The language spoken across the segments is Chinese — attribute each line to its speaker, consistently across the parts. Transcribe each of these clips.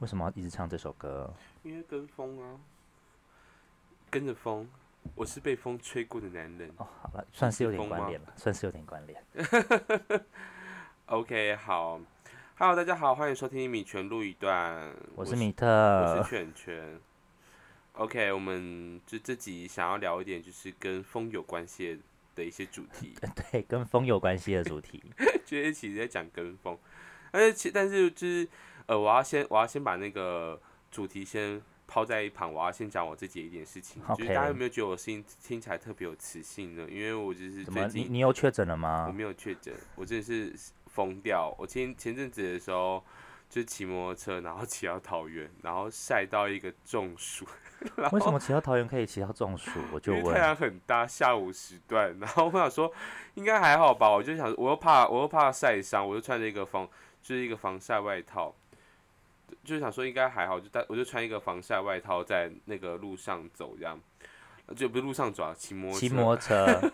Speaker 1: 为什么要一直唱这首歌？
Speaker 2: 因为跟风啊，跟着风，我是被风吹过的男人。
Speaker 1: 哦，好了，算是有点
Speaker 2: 风
Speaker 1: 关
Speaker 2: 吗
Speaker 1: 联吧，算是有点关联。
Speaker 2: OK，好，Hello，大家好，欢迎收听米全录一段，
Speaker 1: 我
Speaker 2: 是
Speaker 1: 是米
Speaker 2: 呃我
Speaker 1: 特
Speaker 2: 是，犬犬。OK，我们就这集想要聊一点，就是跟风有关系的一些主题，
Speaker 1: 对，跟风有关系的主 题。
Speaker 2: 觉得其实在讲跟风，但是其但是就是呃，我要先我要先把那个主题先抛在一旁，我要先讲我自己的一点事情就是
Speaker 1: OK
Speaker 2: 大家有没有觉得我声音听起来特别有磁性呢？因为我就是
Speaker 1: 怎
Speaker 2: 最
Speaker 1: 么，你
Speaker 2: 近
Speaker 1: 你啊又确诊了
Speaker 2: 我
Speaker 1: 吗？
Speaker 2: 没有确诊，我真的是疯掉。我前前阵子的时候，就骑摩托车，然后骑到桃园，然后晒到一个中暑，
Speaker 1: 为什么骑到桃园可以骑到 中暑？我就
Speaker 2: 因为太
Speaker 1: 问，
Speaker 2: 阳很大，下午时段。 然后我想说，应该还好吧，我就想，我又怕，我又怕晒伤，我就穿着一个防，就是一个防晒外套，就是想说应该还好，就带我就穿一个防晒外套在那个路上走这样。就不是路上走啊，骑摩托车。
Speaker 1: 骑 摩托车，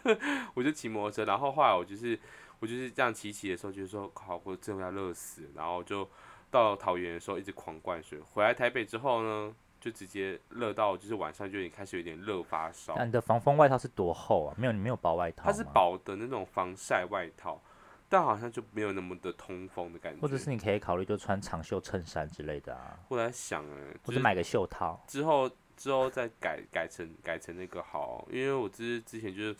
Speaker 2: 我就骑摩托车，然后后来我就是我就是这样骑骑的时候，就是说靠，我真的要热死了，然后就到桃园的时候一直狂灌水，回来台北之后呢，就直接热到就是晚上就已经开始有点热发烧
Speaker 1: 那，你的防风外套是多厚啊？没有，你没有薄外套吗？
Speaker 2: 它是薄的那种防晒外套，但好像就没有那么的通风的感觉。
Speaker 1: 或者是你可以考虑就穿长袖衬衫之类的啊，
Speaker 2: 我在想，哎，
Speaker 1: 或
Speaker 2: 就
Speaker 1: 者
Speaker 2: 是
Speaker 1: 买个袖套。
Speaker 2: 之后之后再改改成改成那个好，因为我之之前就是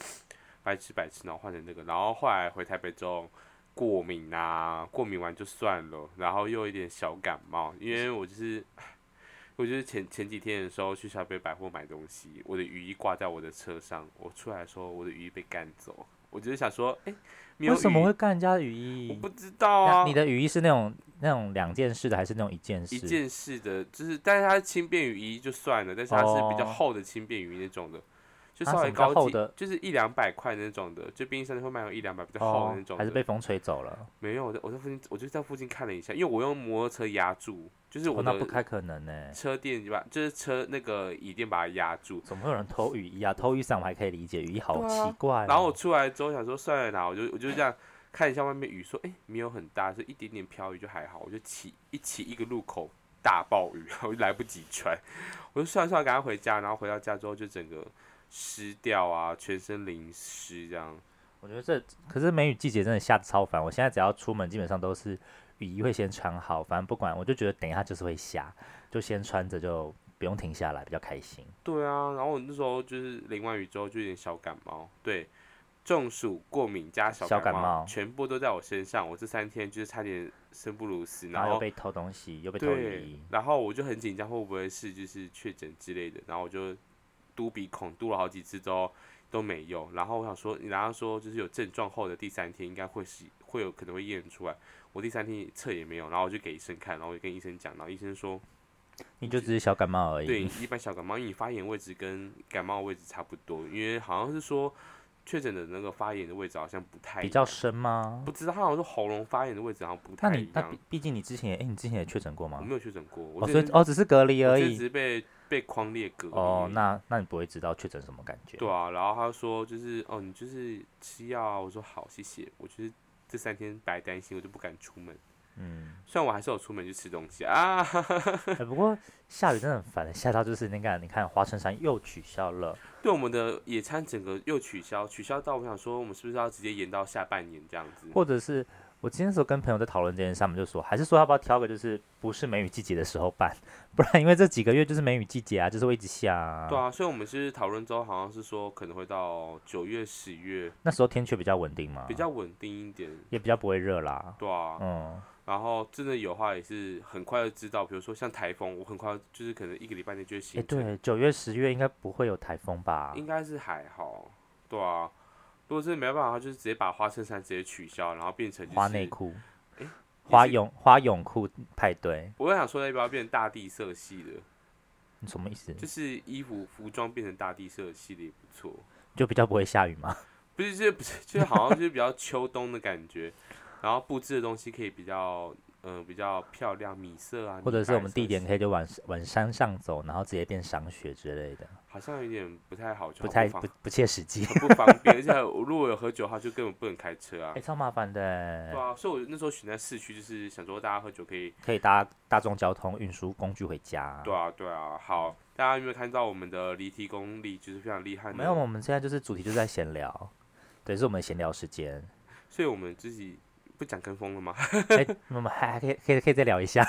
Speaker 2: 白吃白吃，然后换成那个，然后后来回台北之后过敏啊，过敏完就算了，然后又有一点小感冒，因为我就是。我就是前前几天的时候去小北百货买东西，我的雨衣挂在我的车上，我出来的时候我的雨衣被干走，我就是想说，哎、没有
Speaker 1: 为什么
Speaker 2: 雨
Speaker 1: 会干人家雨
Speaker 2: 我
Speaker 1: 衣？
Speaker 2: 不知道啊
Speaker 1: 那，你的雨衣是那种那种两件式的，还是那种一件式？
Speaker 2: 一件式的，就是，但是它是轻便雨衣就算了，但是它是比较厚的轻便雨衣那种的，就
Speaker 1: 啊
Speaker 2: 稍
Speaker 1: 什
Speaker 2: 微
Speaker 1: 么叫
Speaker 2: 高
Speaker 1: 厚
Speaker 2: 级，
Speaker 1: 的
Speaker 2: 就是一两百块那种的，就冰箱会卖有一两百比较厚
Speaker 1: 哦
Speaker 2: 的那种的。
Speaker 1: 还是被风吹走了？
Speaker 2: 没有，我在我在附近，我就在附近看了一下，因为我用摩托车压住，就是
Speaker 1: 哦
Speaker 2: 我
Speaker 1: 那不
Speaker 2: 的
Speaker 1: 太可能呢、
Speaker 2: 车垫把，就是车那个椅垫把它压住。
Speaker 1: 怎么会有人偷雨衣啊？偷雨伞我还可以理解，雨衣好
Speaker 2: 对啊
Speaker 1: 奇怪哦、
Speaker 2: 然后我出来之后想说算了啦，我就我就这样看一下外面雨，说哎、诶没有很大，就一点点飘雨就还好，我就骑一骑一个路口大暴雨，我就来不及穿，我就算了算了，赶快回家，然后回到家之后就整个湿掉啊，全身淋湿这样。
Speaker 1: 我觉得这可是梅雨季节真的下的超烦。我现在只要出门，基本上都是雨衣会先穿好，反正不管，我就觉得等一下就是会下，就先穿着就不用停下来，比较开心。
Speaker 2: 对啊，然后我那时候就是淋完雨之后就有点小感冒，对，中暑、过敏加小
Speaker 1: 小
Speaker 2: 感
Speaker 1: 感冒
Speaker 2: 全部都在我身上，我这三天就是差点生不如死，
Speaker 1: 然
Speaker 2: 然
Speaker 1: 后
Speaker 2: 后
Speaker 1: 又被偷东西，又被偷雨
Speaker 2: 对
Speaker 1: 衣，，
Speaker 2: 然后我就很紧张，会不会是就是确诊之类的？然后我就嘟鼻孔，嘟了好几次之后都没有。然后我想说，然后说就是有症状后的第三天，应该会是会有可能会验出来。我第三天测也没有，然后我就给医生看，然后我就跟医生讲，然后医生说，
Speaker 1: 你就只是小感冒而
Speaker 2: 对，
Speaker 1: 已。
Speaker 2: 一般小感冒，因为你发炎位置跟感冒的位置差不多，因为好像是说确诊的那个发炎的位置好像不太
Speaker 1: 比
Speaker 2: 一
Speaker 1: 较
Speaker 2: 样，
Speaker 1: 深吗
Speaker 2: 不？知道，他好像是喉咙发炎的位置好像不
Speaker 1: 那
Speaker 2: 太
Speaker 1: 你
Speaker 2: 一
Speaker 1: 那
Speaker 2: 样
Speaker 1: 毕。毕竟你之前也，哎、你之前也确诊过
Speaker 2: 我
Speaker 1: 吗？
Speaker 2: 没有确诊过，我
Speaker 1: 哦，
Speaker 2: 之
Speaker 1: 所以
Speaker 2: 前
Speaker 1: 哦，只是隔离
Speaker 2: 我
Speaker 1: 而
Speaker 2: 就只
Speaker 1: 已。
Speaker 2: 是被被框列隔离。
Speaker 1: 哦，那那你不会知道确诊什么感觉？
Speaker 2: 对啊，然后他说就是哦，你就是吃药啊。我说好，谢谢。我就是这三天白担心，我就不敢出门。
Speaker 1: 嗯，
Speaker 2: 虽然我还是有出门去吃东西啊，
Speaker 1: 哎、不过下雨真的很烦，下到就是那个，啊你看花衬衫又取消了，
Speaker 2: 对我们的野餐整个又取消，取消到我想说，我们是不是要直接延到下半年这样子？
Speaker 1: 或者是我今天的时候跟朋友在讨论这件事，他们就说，还是说要不要挑个就是不是梅雨季节的时候办，不然因为这几个月就是梅雨季节啊，就是会一直下、啊。
Speaker 2: 对啊，所以我们是讨论之后，好像是说可能会到九月、十月
Speaker 1: 那时候天气比较稳定嘛，
Speaker 2: 比较稳定一点。
Speaker 1: 也比较不会热啦。
Speaker 2: 对啊，
Speaker 1: 啊嗯，
Speaker 2: 然后真的有的话也是很快就知道，比如说像台风，我很快就是可能一个礼拜内就会
Speaker 1: 哎、
Speaker 2: 形成。
Speaker 1: 对，九月、十月应该不会有台风吧？
Speaker 2: 应该是还好，对啊。如果是没办法，就是直接把花衬衫直接取消，然后变成、就是、
Speaker 1: 花内。裤、
Speaker 2: 诶
Speaker 1: 花
Speaker 2: 也是
Speaker 1: 泳、花泳裤派对，
Speaker 2: 我想说要不要变大地色系的，
Speaker 1: 你什么意思？
Speaker 2: 就是衣服服装变成大地色系的也不错。
Speaker 1: 就比较不会下雨嘛。
Speaker 2: 不是，就是不是，就是好像就是比较秋冬的感觉，然后布置的东西可以比较嗯、比较漂亮米色啊，
Speaker 1: 或者
Speaker 2: 米
Speaker 1: 是
Speaker 2: 白
Speaker 1: 我们
Speaker 2: 色
Speaker 1: 地点
Speaker 2: 系
Speaker 1: 可以就往往山上走，然后直接变赏雪之类的，
Speaker 2: 好像有点不太好，就
Speaker 1: 不
Speaker 2: 好
Speaker 1: 太
Speaker 2: 方
Speaker 1: 不不切实际。
Speaker 2: 很不方便，而且我如果有喝酒的话，就根本不能开车 啊
Speaker 1: 哎、。超麻烦
Speaker 2: 对
Speaker 1: 的，
Speaker 2: 啊，所以我那时候选在市区，就是想说大家喝酒可以。
Speaker 1: 可以搭大众交通运输工具回家。
Speaker 2: 对啊，对啊，好，大家有没有看到我们的离题功力就是非常厉害呢？
Speaker 1: 没有，我们现在就是主题就是在闲聊，对，是我们的闲聊 时间。
Speaker 2: 所以我们自己不讲跟风了 吗？
Speaker 1: 哎、我们还还可以可以可以再聊一下，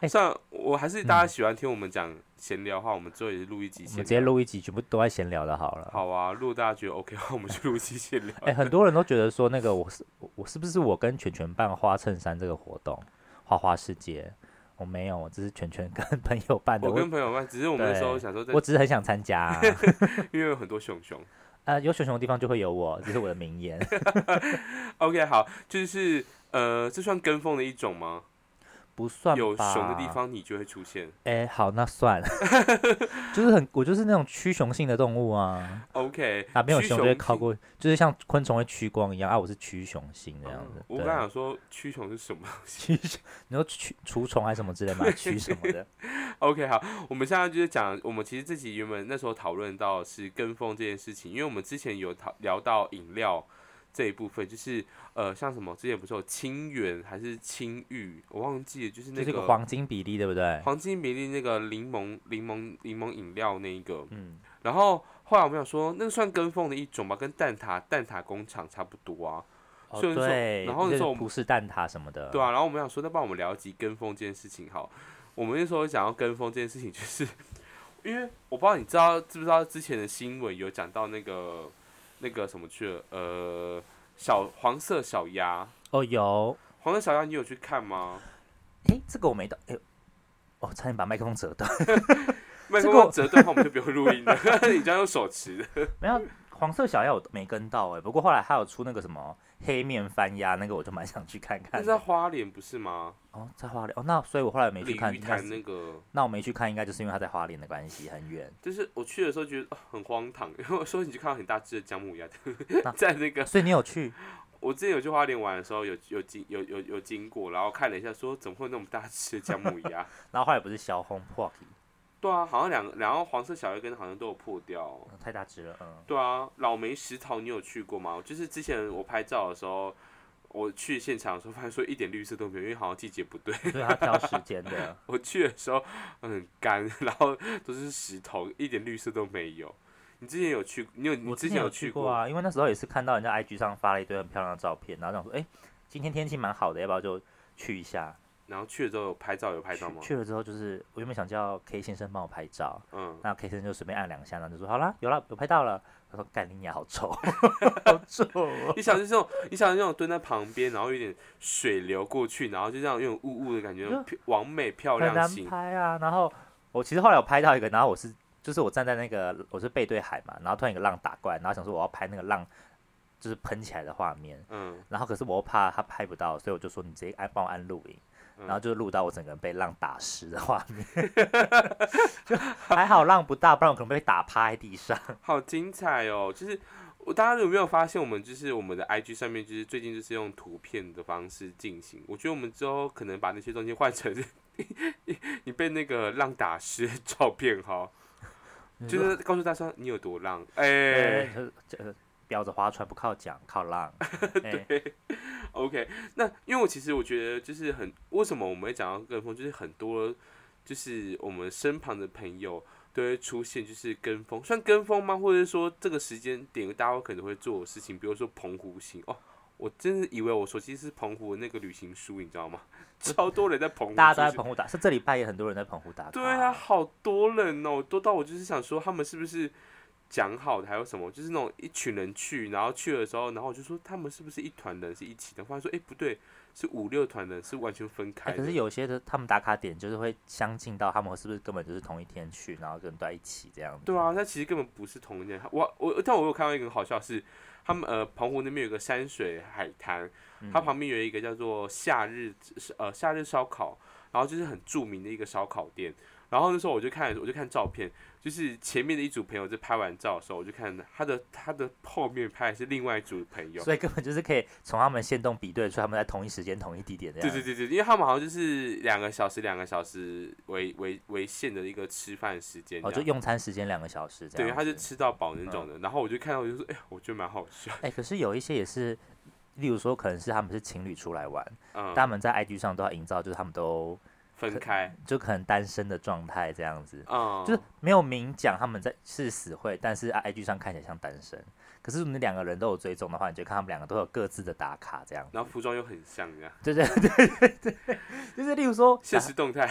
Speaker 1: 哎
Speaker 2: 算，我还是大家喜欢听我们讲闲聊的话，我们之后也是录一集
Speaker 1: 嗯我
Speaker 2: 闲
Speaker 1: 们
Speaker 2: 聊。
Speaker 1: 直接。录一集，全部都在闲聊的好了。
Speaker 2: 好啊，如果大家觉得 OK 的话，我们就录一集闲聊。
Speaker 1: 哎、很多人都觉得说那个我是我我是不是我跟全全办花衬衫这个活动，花花世界，我没有，我只是全全跟 朋友办的，
Speaker 2: 我
Speaker 1: 我
Speaker 2: 跟朋友们，只是我们那时候想说在，
Speaker 1: 我只是很想参加、啊，
Speaker 2: 因为有很多熊熊。
Speaker 1: 呃，有熊熊的地方就会有我，这是我的名 言。
Speaker 2: OK，好，就是呃，这算跟风的一种吗？
Speaker 1: 不算
Speaker 2: 有
Speaker 1: 吧
Speaker 2: 熊的地，方，你就会出现。
Speaker 1: 哎、好，那 算了，就是很我就是那种驱熊性的动物啊，
Speaker 2: OK，
Speaker 1: 哪边有
Speaker 2: 驱
Speaker 1: 熊就会
Speaker 2: 性
Speaker 1: 靠过，就是像昆虫会驱光一样啊，我是驱熊性这样
Speaker 2: 嗯
Speaker 1: 子。
Speaker 2: 我
Speaker 1: 对啊
Speaker 2: 刚想说驱虫是什么？
Speaker 1: 驱熊，你说驱除虫还是什么 之类吗？驱什么的？
Speaker 2: OK，好，我们现在就是讲，我们其实自己原本那时候讨论到是跟风这件事情，因为我们之前有讨聊到饮料这一部分，就是呃，像什么之前不是有清源还是清玉，我忘记了，就是
Speaker 1: 就
Speaker 2: 那
Speaker 1: 是个
Speaker 2: 个
Speaker 1: 黄金比例，对不对？
Speaker 2: 黄金比例那个柠檬柠檬柠檬饮料那一个，
Speaker 1: 嗯，
Speaker 2: 然后后来我们想说，那个算跟风的一种吧，跟蛋挞蛋挞工厂差不多啊，
Speaker 1: 哦
Speaker 2: 所以说
Speaker 1: 对，
Speaker 2: 然后那
Speaker 1: 就
Speaker 2: 时
Speaker 1: 是
Speaker 2: 候我们
Speaker 1: 葡式蛋挞什么的，
Speaker 2: 对啊，然后我们想说，那帮我们聊一集跟风这件事情好。我们那时候想要跟风这件事情，就是因为我不知道你知道知不知道之前的新闻有讲到那个那个什么去了，呃，小黄色小鸭，
Speaker 1: 哦有，
Speaker 2: 黄色小鸭你有去看吗？
Speaker 1: 诶，这个我没到，哎、哦，差点把麦克风折断。
Speaker 2: 麦克
Speaker 1: 这个
Speaker 2: 风
Speaker 1: 我
Speaker 2: 折断后我们就不用录 音了，你这样用手持的。
Speaker 1: 没有黄色小鸭我都没跟到哎、不过后来还有出那个什么黑面翻鸭，那个我就蛮想去看
Speaker 2: 那
Speaker 1: 看
Speaker 2: 是在
Speaker 1: 的。
Speaker 2: 花莲不是吗？
Speaker 1: 哦，在花莲哦，那所以我后来没去
Speaker 2: 鲤
Speaker 1: 看，
Speaker 2: 鱼
Speaker 1: 应该
Speaker 2: 潭
Speaker 1: 是
Speaker 2: 那个，
Speaker 1: 那我没去看，应该就是因为它在花莲的关系，很远。
Speaker 2: 就是我去的时候觉得哦很荒唐， 因为我说你去看到很大只的姜母鸭
Speaker 1: 那
Speaker 2: 在那个
Speaker 1: 所以你有去？
Speaker 2: 我之前有去花莲玩的时候有，有经有有有经过，然后看了一下，说怎么会有那么大只的姜母鸭？
Speaker 1: 然后后来不是小红破，
Speaker 2: 对啊，好像两个，然后黄色小叶根好像都有破掉哦。
Speaker 1: 嗯太大只了，嗯。
Speaker 2: 对啊，老梅石桃你有去过吗？就是之前我拍照的时候，我去现场的时候发现说一点绿色都没有，因为好像季节不对。
Speaker 1: 对它挑时间的，
Speaker 2: 我去的时候很干，然后都是石头，一点绿色都没有。你之前有去？你有 你
Speaker 1: 我之
Speaker 2: 前
Speaker 1: 前有
Speaker 2: 去
Speaker 1: 去过
Speaker 2: 过？
Speaker 1: 啊，因为那时候也是看到人家 IG 上发了一堆很漂亮的照片，然后想说，哎、今天天气蛮好的，要不要就去一下？
Speaker 2: 然后去了之后有拍照有拍
Speaker 1: 去
Speaker 2: 到吗？
Speaker 1: 去了之后，就是我原本想叫 K 先生帮我拍照，
Speaker 2: 嗯，
Speaker 1: 那 K 先生就随便按两下，然后就说好啦，有啦，有拍到了。他说干你娘，好臭， 好臭哦、
Speaker 2: 你想就是那种，你想就是那种蹲在旁边，然后有点水流过去，然后就这样有种雾雾的感觉，那种漂完美漂
Speaker 1: 很
Speaker 2: 亮
Speaker 1: 难
Speaker 2: 型。
Speaker 1: 拍啊。然后我其实后来有拍到一个，然后我是就是我站在那个我是背对海嘛，然后突然一个浪打过来，然后想说我要拍那个浪就是喷起来的画面，
Speaker 2: 嗯，
Speaker 1: 然后可是我又怕他拍不到，所以我就说你直接按帮我按录影。
Speaker 2: 嗯
Speaker 1: 然后就录到我整个人被浪打湿的画面， 就还好浪不大，不然我可能被打趴在地上。
Speaker 2: 好精彩哦！就是我大家有没有发现，我们就是我们的 IG 上面，就是最近就是用图片的方式进行。我觉得我们之后可能把那些东西换成 你被那个浪打 湿的照片哈，就是告诉大家你有多浪。哎、
Speaker 1: 对，就是这标着划船不靠桨，靠浪。哎
Speaker 2: OK，那因为我其实我觉得就是很为什么我们会讲到跟风，就是很多就是我们身旁的朋友都会出现就是跟风，算跟风吗？或者说这个时间点大家可能会做的事情，比如说澎湖行哦。我真的以为我手机是澎湖的那个旅行书，你知道吗？ 超多人在澎湖，
Speaker 1: 大家都在
Speaker 2: 就是
Speaker 1: 澎湖打，是这礼拜也很多人在澎湖打卡。
Speaker 2: 对啊，，好多人哦，多到我就是想说，他们是不是讲好的，还有什么，就是那种一群人去，然后去的时候，然后我就说他们是不是一团人是一起的？后来说，哎、不对，是五六团人是完全分开
Speaker 1: 哎
Speaker 2: 的。
Speaker 1: 可是有些的他们打卡点就是会相近到他们是不是根本就是同一天去，然后跟人都在一起这样子。
Speaker 2: 对，啊，那其实根本不是同一件。我我，但我有看到一个很好笑的是，他们呃澎湖那边有个山水海滩，
Speaker 1: 嗯
Speaker 2: 它旁边有一个叫做夏日呃夏日烧烤，然后就是很著名的一个烧烤店。然后那时候我就看，我就看照片，就是前面的一组朋友在拍完照的时候，我就看他的他的后面拍的是另外一组朋友。
Speaker 1: 所以根本就是可以从他们线动比对出他们在同一时间、同一地点这样。
Speaker 2: 对对对对，因为他们好像就是两个小时、两个小时为为为限的一个吃饭时间这
Speaker 1: 哦，
Speaker 2: 样，
Speaker 1: 就用餐时间两个小时这样
Speaker 2: 对，
Speaker 1: 子。
Speaker 2: 他就吃到饱那种
Speaker 1: 嗯
Speaker 2: 的。然后我就看到，我就说，哎、我觉得蛮好笑。
Speaker 1: 哎、可是有一些也是，例如说可能是他们是情侣出来玩，
Speaker 2: 嗯，
Speaker 1: 他们在 IG 上都要营造就是他们都
Speaker 2: 分开，
Speaker 1: 就可能单身的状态这样子，
Speaker 2: 嗯，
Speaker 1: 就是没有明讲他们在是死会，但是 IG 上看起来像单身。可是你两个人都有追踪的话，你就看他们两个都有各自的打卡这样子。
Speaker 2: 然后服装又很像这样，
Speaker 1: 对对 对对对，就是例如说，
Speaker 2: 现实动态，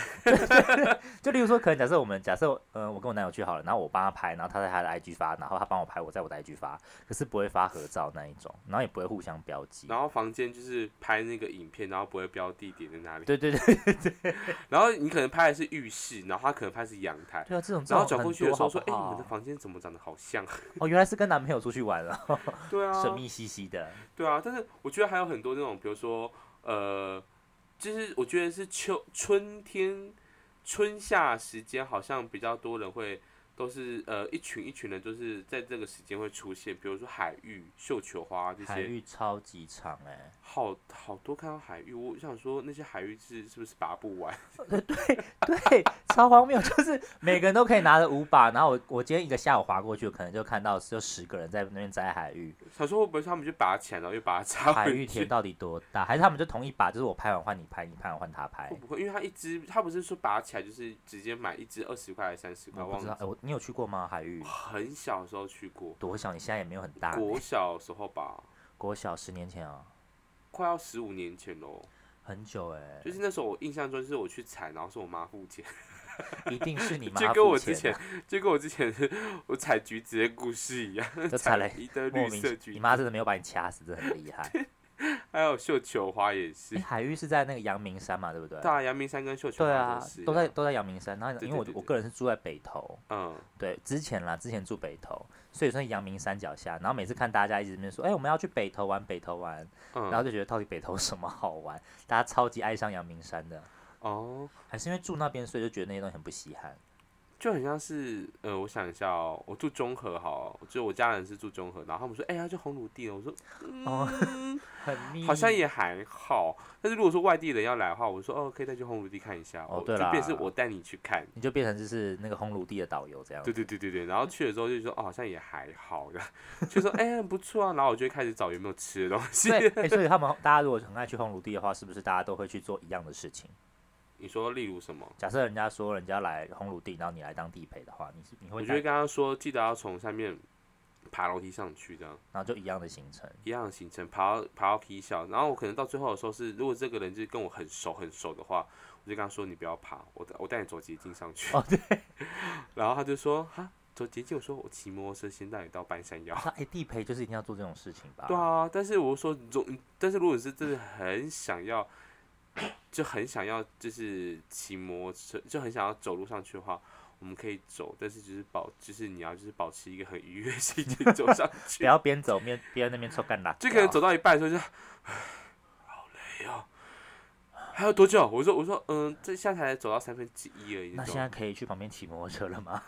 Speaker 1: 就例如说，可能假设我们假设，嗯、我跟我男友去好了，然后我帮他拍，然后他在他的 IG 发，然后他帮我拍，我在我的 IG 发，可是不会发合照那一种，然后也不会互相标记。
Speaker 2: 然后房间就是拍那个影片，然后不会标地点在哪里。
Speaker 1: 对对对
Speaker 2: 然后你可能拍的是浴室，然后他可能拍的是阳台。
Speaker 1: 对啊，这种
Speaker 2: 然后转过去的时候说：“
Speaker 1: 哎、
Speaker 2: 哎、你们的房间怎么长得好像
Speaker 1: 哦，原来是跟男朋友出去玩了，？”
Speaker 2: 对啊，
Speaker 1: 神秘兮兮的。
Speaker 2: 对啊，但是我觉得还有很多那种，比如说，呃，就是我觉得是秋春天、春夏时间，好像比较多人会都是呃一群一群人，就是在这个时间会出现，比如说海芋、绣球花这
Speaker 1: 海
Speaker 2: 些，
Speaker 1: 域超级长哎、
Speaker 2: 好好多看到海芋，我想说那些海芋是是不是拔不完？
Speaker 1: 对，超荒谬，就是每个人都可以拿着五把，然后我我今天一个下午划过去，可能就看到就十个人在那边摘海芋，
Speaker 2: 想说会不会他们就拔起来，然后又把它插
Speaker 1: 海
Speaker 2: 回
Speaker 1: 芋
Speaker 2: 啊
Speaker 1: 田
Speaker 2: 去？
Speaker 1: 到底多大？还是他们就同一把，就是我拍完换你拍，你拍完换他拍
Speaker 2: 会？不会？因为它一只，它不是说拔起来就是直接买一只二十块还是三十块，
Speaker 1: 我不
Speaker 2: 忘
Speaker 1: 知
Speaker 2: 记
Speaker 1: 道，。哎、哎我你有去过吗？海芋
Speaker 2: 我很小的时候去过，
Speaker 1: 多小？你现在也没有很大呢，
Speaker 2: 国小的时候吧。
Speaker 1: 国小十年前啊、
Speaker 2: 快要十五年前喽，
Speaker 1: 很久哎、
Speaker 2: 就是那时候我印象中就是我去采，然后是我妈付钱，
Speaker 1: 一定 是你妈
Speaker 2: 就跟
Speaker 1: 付
Speaker 2: 我之
Speaker 1: 钱
Speaker 2: 前
Speaker 1: 啊、
Speaker 2: 就跟我之前我采橘子的故事 一样，
Speaker 1: 就
Speaker 2: 采
Speaker 1: 踩了
Speaker 2: 一堆
Speaker 1: 莫
Speaker 2: 绿
Speaker 1: 名
Speaker 2: 色
Speaker 1: 其，
Speaker 2: 橘
Speaker 1: 你
Speaker 2: 子，
Speaker 1: 妈真的没有把你掐死，真的很 厉害。
Speaker 2: 还有绣球花也
Speaker 1: 哎、
Speaker 2: 是，
Speaker 1: 海域是在那个阳明山嘛，对不对？
Speaker 2: 对啊，阳明山跟绣球
Speaker 1: 对
Speaker 2: 花
Speaker 1: 啊
Speaker 2: 都是，
Speaker 1: 都在，都在阳明山。然后
Speaker 2: 对
Speaker 1: 因为我
Speaker 2: 对对
Speaker 1: 我
Speaker 2: 对
Speaker 1: 个人是住在北投，
Speaker 2: 嗯，
Speaker 1: 对，之前啦，之前住北投，所以算阳明山脚下。然后每次看大家一直在那边说，哎、我们要去北投玩，北投玩，
Speaker 2: 嗯
Speaker 1: 然后就觉得到底北投什么好玩？ 大家超级爱上阳明山的，
Speaker 2: 哦，
Speaker 1: 还是因为住那边，所以就觉得那些东西很不稀罕。
Speaker 2: 就很像是，呃，我想一下哦，我住中和好，就我家人是住中和，然后他们说，哎、呀，就红土地了，我说，
Speaker 1: 哦
Speaker 2: 嗯，
Speaker 1: 很密
Speaker 2: 好像也还好，但是如果说外地人要来的话，我说，哦，可以再去红土地看一下，
Speaker 1: 哦
Speaker 2: 我
Speaker 1: 对
Speaker 2: 就变
Speaker 1: 啦
Speaker 2: 是我带你去看。
Speaker 1: 你就变成就是那个烘炉地的导游这样
Speaker 2: 对。对对对对，然后去了之后就说哦，好像也还好的，就说哎、很不错啊，然后我就会开始找有没有吃的东西。
Speaker 1: 对，哎所以他们大家如果很爱去烘炉地的话，是不是大家都会去做一样的事情？
Speaker 2: 你说例如什么？
Speaker 1: 假设人家说人家来烘炉地，然后你来当地陪的话，你是你
Speaker 2: 我
Speaker 1: 会
Speaker 2: 就
Speaker 1: 带，
Speaker 2: 会跟他说，记得要从上面爬楼梯上去，这样
Speaker 1: 然后就一样的行程。
Speaker 2: 一样的行程，爬到爬到梯下，然后我可能到最后的时候是，如果这个人就是跟我很熟很熟的话，我就跟他说你不要爬，我带我带你走捷径上去。
Speaker 1: 哦
Speaker 2: 对。 然后他就说哈，走捷径，我说我骑摩托车先带你到半山 腰。
Speaker 1: 那哎、地陪就是一定要做这种事情吧？
Speaker 2: 对啊，但是我说，如但是如果你是真的很想要，就很想要，就是骑摩托车，就很想要走路上去的话，我们可以走，但是就是保，就是你要就是保持一个很愉悦的心情走上
Speaker 1: 不
Speaker 2: 去，
Speaker 1: 要边走边边在那边抽干辣椒。
Speaker 2: 就可能走到一半的时候就， 唉好累哦，还有多久？我说我说，嗯，这现在才走到三分之一而已，
Speaker 1: 那
Speaker 2: 你懂
Speaker 1: 现
Speaker 2: 吗
Speaker 1: 在可以去旁边骑摩托车了吗？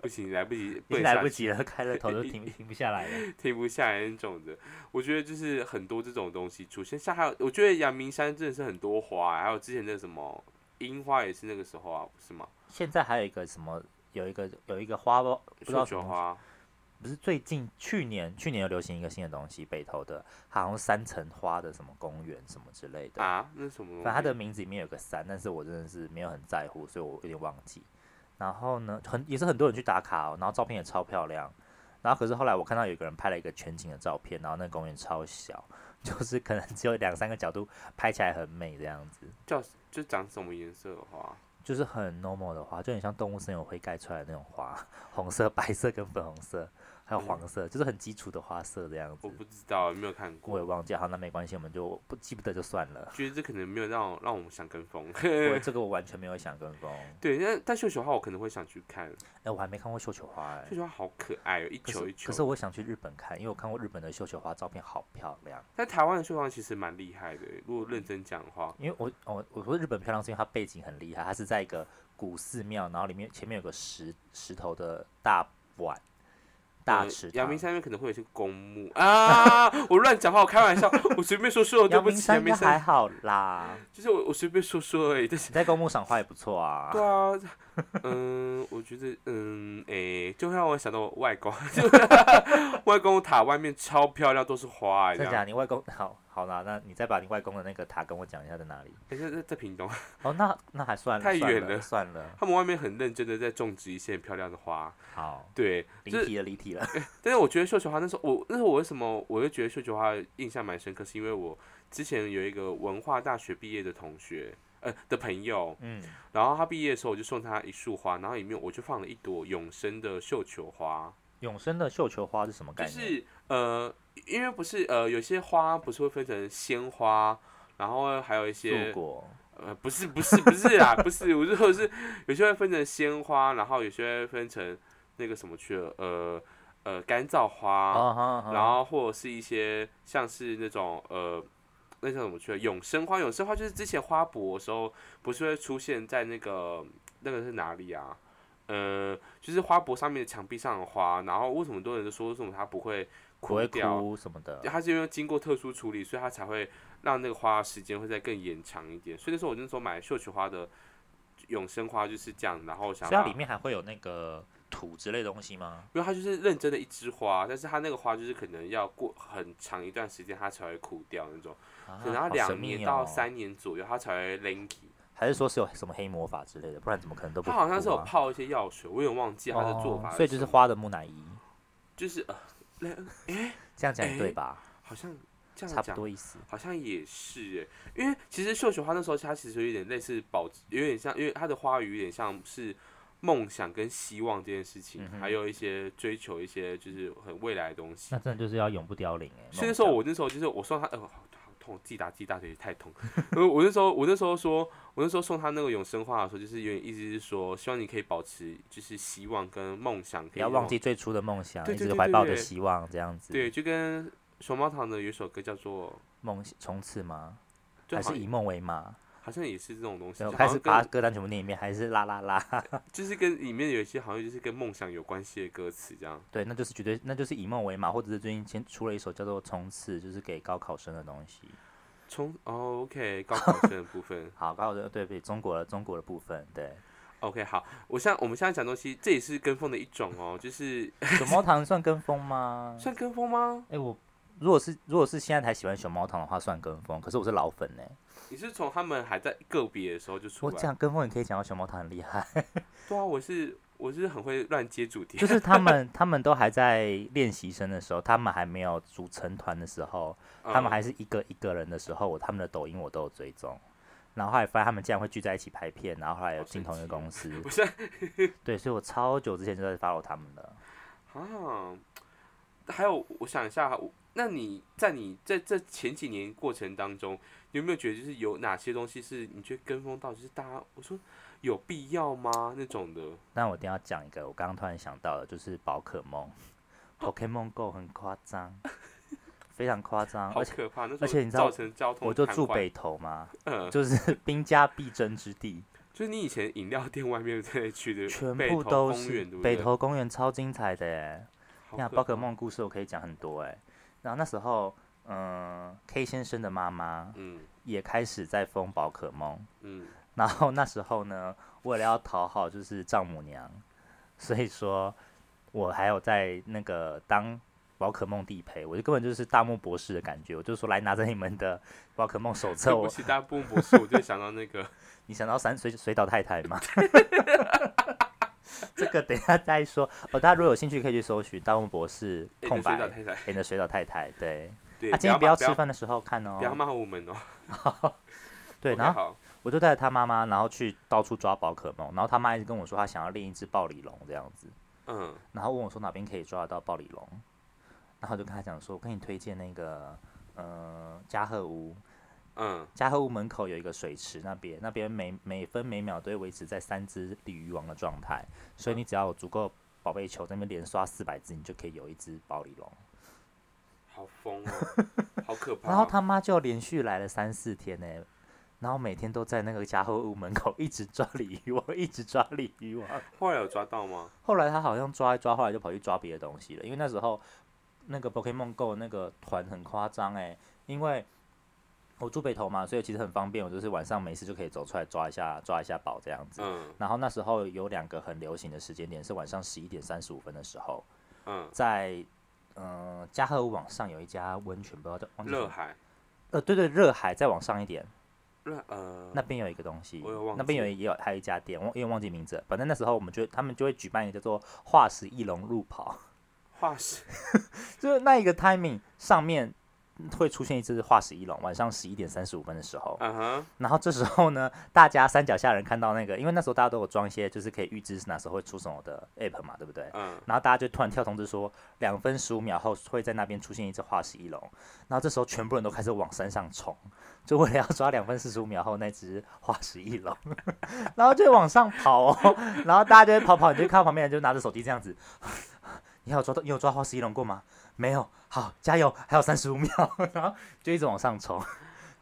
Speaker 2: 不行，来不及，
Speaker 1: 已
Speaker 2: 不能
Speaker 1: 经 来
Speaker 2: 下
Speaker 1: 不
Speaker 2: 去
Speaker 1: 及了，开了头都 停停不下来了。
Speaker 2: 停不下来那种的。我觉得就是很多这种东西出现，像还有，我觉得阳明山真的是很多花、还有之前那个什么樱花也是那个时候啊，不是吗？
Speaker 1: 现在还有一个什么，有一个有一个花不不
Speaker 2: 绣
Speaker 1: 知道什
Speaker 2: 球
Speaker 1: 么东西，
Speaker 2: 花，
Speaker 1: 不是最近去年去年有流行一个新的东西，北投的好像三层花的什么公园什么之类的。
Speaker 2: 啊，那是什么东西？
Speaker 1: 反正它的名字里面有个三，但是我真的是没有很在乎，所以我有点忘记。然后呢，很也是很多人去打卡、哦，然后照片也超漂亮。然后可是后来我看到有一个人拍了一个全景的照片，然后那个公园超小， 就是可能只有两三个角度拍起来很美这样子，
Speaker 2: 叫就长什么颜色的花？
Speaker 1: 就是很 normal 的花，就很像动物森友会盖出来的那种花，红色、白色跟粉红色，还有黄色，就是很基础的花色这样
Speaker 2: 我
Speaker 1: 子。
Speaker 2: 不知道，没有看
Speaker 1: 我也
Speaker 2: 过，
Speaker 1: 忘记，好，那没关系，我们就不记不得就算 了。
Speaker 2: 觉得这可能没有让我让我们想跟风。
Speaker 1: 我这个我完全没有想跟风，
Speaker 2: 对，那但绣球花我可能会想去看，
Speaker 1: 哎、我还没看过绣球花、哎
Speaker 2: 绣。球花好可爱哦，一
Speaker 1: 可
Speaker 2: 球
Speaker 1: 是
Speaker 2: 一
Speaker 1: 可是
Speaker 2: 球。
Speaker 1: 我想去日本看，因为我看过日本的绣球花照片，好漂亮。
Speaker 2: 但台湾的绣球花其实蛮厉害的，如果认真讲的话，
Speaker 1: 因为我哦，我说日本漂亮是因为它背景很厉害，它是在一个古寺庙，然后里面前面有个石石头的大碗大
Speaker 2: 呃
Speaker 1: 池
Speaker 2: 阳
Speaker 1: 塘
Speaker 2: 明。山那边可能会有一些公墓啊， 我乱讲话，我开玩笑，我随便说说，哦对
Speaker 1: 阳
Speaker 2: 不
Speaker 1: 明
Speaker 2: 起，阳
Speaker 1: 山
Speaker 2: 明
Speaker 1: 应该还
Speaker 2: 山，
Speaker 1: 好啦，
Speaker 2: 就是我我随便说说而已，但是
Speaker 1: 你在公墓赏花也不错啊
Speaker 2: 对。啊，嗯，我觉得，嗯，诶、就让我想到我外公， 就外公塔外面超漂亮，都是花、欸，这
Speaker 1: 真的
Speaker 2: 样。
Speaker 1: 假？你外公好好啦，那你再把你外公的那个塔跟我讲一下在哪里？
Speaker 2: 诶在在在屏东，
Speaker 1: 哦，那那还算了，
Speaker 2: 太
Speaker 1: 算
Speaker 2: 远
Speaker 1: 了，
Speaker 2: 了
Speaker 1: 算了。
Speaker 2: 他们外面很认真的在种植一些很漂亮的花，
Speaker 1: 好，
Speaker 2: 对，
Speaker 1: 离
Speaker 2: 就是，
Speaker 1: 题了，离题了。
Speaker 2: 但是我觉得绣球花那时候，我那时候我为什么我会觉得绣球花印象蛮深刻，是因为我之前有一个文化大学毕业的同学，呃的朋友，
Speaker 1: 嗯，
Speaker 2: 然后他毕业的时候我就送他一束花，然后里面我就放了一朵永生的绣球花，
Speaker 1: 永生的绣球花是什么概
Speaker 2: 就
Speaker 1: 念？
Speaker 2: 是呃，因为不是呃，有些花不是会分成鲜花，然后还有一
Speaker 1: 素
Speaker 2: 些
Speaker 1: 果。
Speaker 2: 呃，不是不是不是啦，不是，我是说是有些会分成鲜花，然后有些会分成那个什么去了，呃呃干燥花，
Speaker 1: 啊哈哈
Speaker 2: 然后或者是一些像是那种呃。那叫什么去了？永生花，永生花就是之前花博的时候，不是会出现在那个那个是哪里啊？呃，就是花博上面的墙壁上的花，然后为什么很多人都说为什么它不会
Speaker 1: 不会
Speaker 2: 枯掉？
Speaker 1: 哭什么的。
Speaker 2: 它是因为经过特殊处理，所以它才会让那个花时间会再更延长一点。所以那时候我那时候买绣球花的永生花就是这样，然后
Speaker 1: 所
Speaker 2: 想
Speaker 1: 以它
Speaker 2: 把
Speaker 1: 里面还会有那个土之类的东西吗？
Speaker 2: 因为它就是认真的一枝花，但是它那个花就是可能要过很长一段时间它才会枯掉那种，
Speaker 1: 啊
Speaker 2: 可能要
Speaker 1: 好神
Speaker 2: 两
Speaker 1: 秘
Speaker 2: 年
Speaker 1: 哦
Speaker 2: 到三年左右它才会 linky。
Speaker 1: 还是说是有什么黑魔法之类的？不然怎么可能都不？
Speaker 2: 它好像是有
Speaker 1: 不啊
Speaker 2: 泡一些药水，我有点忘记它的做法什
Speaker 1: 哦
Speaker 2: 么、
Speaker 1: 所以就是花的木乃伊，
Speaker 2: 就是呃，那
Speaker 1: 这样讲也
Speaker 2: 哎
Speaker 1: 对吧？
Speaker 2: 好像这样
Speaker 1: 差
Speaker 2: 讲
Speaker 1: 不多意思。
Speaker 2: 好像也是哎，因为其实绣球花那时候它其实有点类似保，有点像，因为它的花语有点像是梦想跟希望这件事情，
Speaker 1: 嗯哼
Speaker 2: 还有一些追求一些就是很未来的东西
Speaker 1: 那。真的就是要永不凋零哎、欸。
Speaker 2: 所以那时候我那时候就是我送他，呃，好好痛，自己打自己大腿也太痛。 呃，我那时候我那时候说，我那时候送他那个永生花的时候，就是有点意思是说，希望你可以保持就是希望跟梦想，可
Speaker 1: 不
Speaker 2: 以
Speaker 1: 要
Speaker 2: 让
Speaker 1: 忘记最初的梦想，
Speaker 2: 对
Speaker 1: 一
Speaker 2: 对
Speaker 1: 直
Speaker 2: 对
Speaker 1: 怀
Speaker 2: 对
Speaker 1: 抱着
Speaker 2: 对
Speaker 1: 希望，这样子。
Speaker 2: 对，，就跟熊猫堂的有一首歌叫做。
Speaker 1: 梦从此吗？
Speaker 2: 就
Speaker 1: 还
Speaker 2: 好
Speaker 1: 是
Speaker 2: 像
Speaker 1: 以梦为马？
Speaker 2: 好像也是这种东西，
Speaker 1: 然
Speaker 2: 就好
Speaker 1: 后开
Speaker 2: 像
Speaker 1: 始
Speaker 2: 跟
Speaker 1: 把歌单全部念一遍，还是啦啦 啦？
Speaker 2: 就是跟里面有一些好像就是跟梦想有关系的歌词这样。
Speaker 1: 对，那就是绝对，那就是以梦为马，或者是最近先出了一首叫做《从此》，就是给高考生的东西。
Speaker 2: 从哦，OK，高考生的部分
Speaker 1: 好，高考生对对，中国的中国的部分，对。
Speaker 2: ，OK，好，我现在我们现在讲东西，这也是跟风的一种哦，就是
Speaker 1: 熊猫糖算跟风吗
Speaker 2: ？算跟风吗？
Speaker 1: 哎、我如果是如果是现在才喜欢熊猫糖的话，算跟风。可是我是老粉呢、
Speaker 2: 你是从他们还在个别的时候就出
Speaker 1: 我
Speaker 2: 来？
Speaker 1: 讲跟风，你可以讲到熊猫糖很厉 害，
Speaker 2: 对啊，我是我是很会乱接主题
Speaker 1: 就，是他们他们都还在练习生的时候，他们还没有组成团的时候，他们
Speaker 2: 嗯
Speaker 1: 还是一个一个人的时候，我他们的抖音我都有追踪。然后后来发现他们竟然会聚在一起拍片，然后后来有
Speaker 2: 好
Speaker 1: 进
Speaker 2: 神哦
Speaker 1: 同一
Speaker 2: 奇
Speaker 1: 个
Speaker 2: 哦，
Speaker 1: 公司
Speaker 2: 我现
Speaker 1: 对，所以我超久之前就在 follow 他们了。
Speaker 2: 在啊，还有我想一下，我那你在你在这前几年过程当中，你有没有觉得就是有哪些东西是你觉得跟风到就是大家我说有必要吗那种的？
Speaker 1: 那我一定要讲一个，我刚刚突然想到的，就是宝可 梦，Pokemon Go 很夸张，非常夸张，
Speaker 2: 好
Speaker 1: 啊而且
Speaker 2: 可怕！那时候
Speaker 1: 而且你知道
Speaker 2: 造成交通
Speaker 1: 我就
Speaker 2: 瘫
Speaker 1: 住
Speaker 2: 痪，
Speaker 1: 北投嘛，
Speaker 2: 嗯，
Speaker 1: 就是兵家必争之地，
Speaker 2: 就是你以前饮料店外面这一区的
Speaker 1: 全
Speaker 2: 北
Speaker 1: 部
Speaker 2: 投
Speaker 1: 都
Speaker 2: 公
Speaker 1: 是
Speaker 2: 园，对不
Speaker 1: 北
Speaker 2: 对
Speaker 1: 投公园超精彩的耶！
Speaker 2: 好
Speaker 1: 你看
Speaker 2: 可
Speaker 1: 宝可
Speaker 2: 怕，
Speaker 1: 梦故事我可以讲很多哎。然后那时候，嗯，K 先生的妈妈
Speaker 2: 嗯
Speaker 1: 也开始在封宝可梦，
Speaker 2: 嗯，
Speaker 1: 然后那时候呢，为了要讨好就是丈母娘，所以说我还有在那个当宝可梦地陪，我就根本就是大漠博士的感觉，我就说来拿着你 们的宝可梦手册，
Speaker 2: 对不
Speaker 1: 我
Speaker 2: 起，大部分博士，我就想到那 个哎
Speaker 1: 你想到三水水岛太太 吗？这个等一下再说哦，大家如果有兴趣可以去搜寻大漠博士
Speaker 2: 那
Speaker 1: 空
Speaker 2: 个水
Speaker 1: 白
Speaker 2: 岛太太，
Speaker 1: 你的水岛太太，对，
Speaker 2: 对，
Speaker 1: 啊，今天
Speaker 2: 不
Speaker 1: 不要
Speaker 2: 不要
Speaker 1: 吃饭的时候看
Speaker 2: 不要
Speaker 1: 哦，
Speaker 2: 骂我们哦。
Speaker 1: 对，
Speaker 2: OK，
Speaker 1: 然后
Speaker 2: 好，
Speaker 1: 我就带着他妈妈，然后去到处抓宝可梦，然后他妈一直跟我说他想要练一只暴鲤龙这样子，
Speaker 2: 嗯，
Speaker 1: 然后问我说哪边可以抓得到暴鲤龙，然后我就跟他讲说，我跟你推荐那个呃嘉禾屋，
Speaker 2: 嗯，
Speaker 1: 嘉禾屋门口有一个水池，那边那边每每分每秒都会维持在三只鲤鱼王的状态，所以你只要有足够宝贝球，那边连刷四百只，你就可以有一只暴鲤龙。
Speaker 2: 好疯哦，好可怕。
Speaker 1: 然后他妈就连续来了三四天呢、然后每天都在那个家伙屋门口 一直抓鲤鱼王，一直抓鲤鱼王。
Speaker 2: 哦后来有抓到吗？
Speaker 1: 后来他好像抓一抓，后来就跑去抓别的东西了，因为那时候那个 Pokemon Go 那个团很夸张哎，因为我住北投嘛，所以其实很方便，我就是晚上没事就可以走出来抓一下抓一下宝这样子。
Speaker 2: 嗯
Speaker 1: 然后那时候有两个很流行的时间点是晚上十一点三十五分的时候，
Speaker 2: 嗯，
Speaker 1: 在嗯、呃、嘉禾屋网上有一家温泉，不知道叫忘记什么
Speaker 2: 热海，
Speaker 1: 呃，对对，热海再往上一点，
Speaker 2: 热呃，
Speaker 1: 那边有一个东西
Speaker 2: 我有忘，
Speaker 1: 那边有也有还有一家店，我因为忘记名字了，反正那时候我们就他们就会举办一个叫做“化石翼龙路跑
Speaker 2: 化石，”，
Speaker 1: 就是那一个 timing 上面会出现一只化石翼龙，晚上十一点三十五分的时候，
Speaker 2: 嗯哼，
Speaker 1: 然后这时候呢，大家三脚下人看到那个，因为那时候大家都有装一些就是可以预知哪时候会出什么的 app 嘛，对不对？
Speaker 2: 嗯，
Speaker 1: 然后大家就突然跳通知说，两分十五秒后会在那边出现一只化石翼龙，然后这时候全部人都开始往山上冲，就为了要抓两分四十五秒后那只化石翼龙， 然后就往上跑哦，然后大家就会跑跑，你就看到旁边人就拿着手机这样子， 你有抓到，你有抓化石翼龙过吗？没有，好，加油，还有三十五秒， 然后就一直往上冲，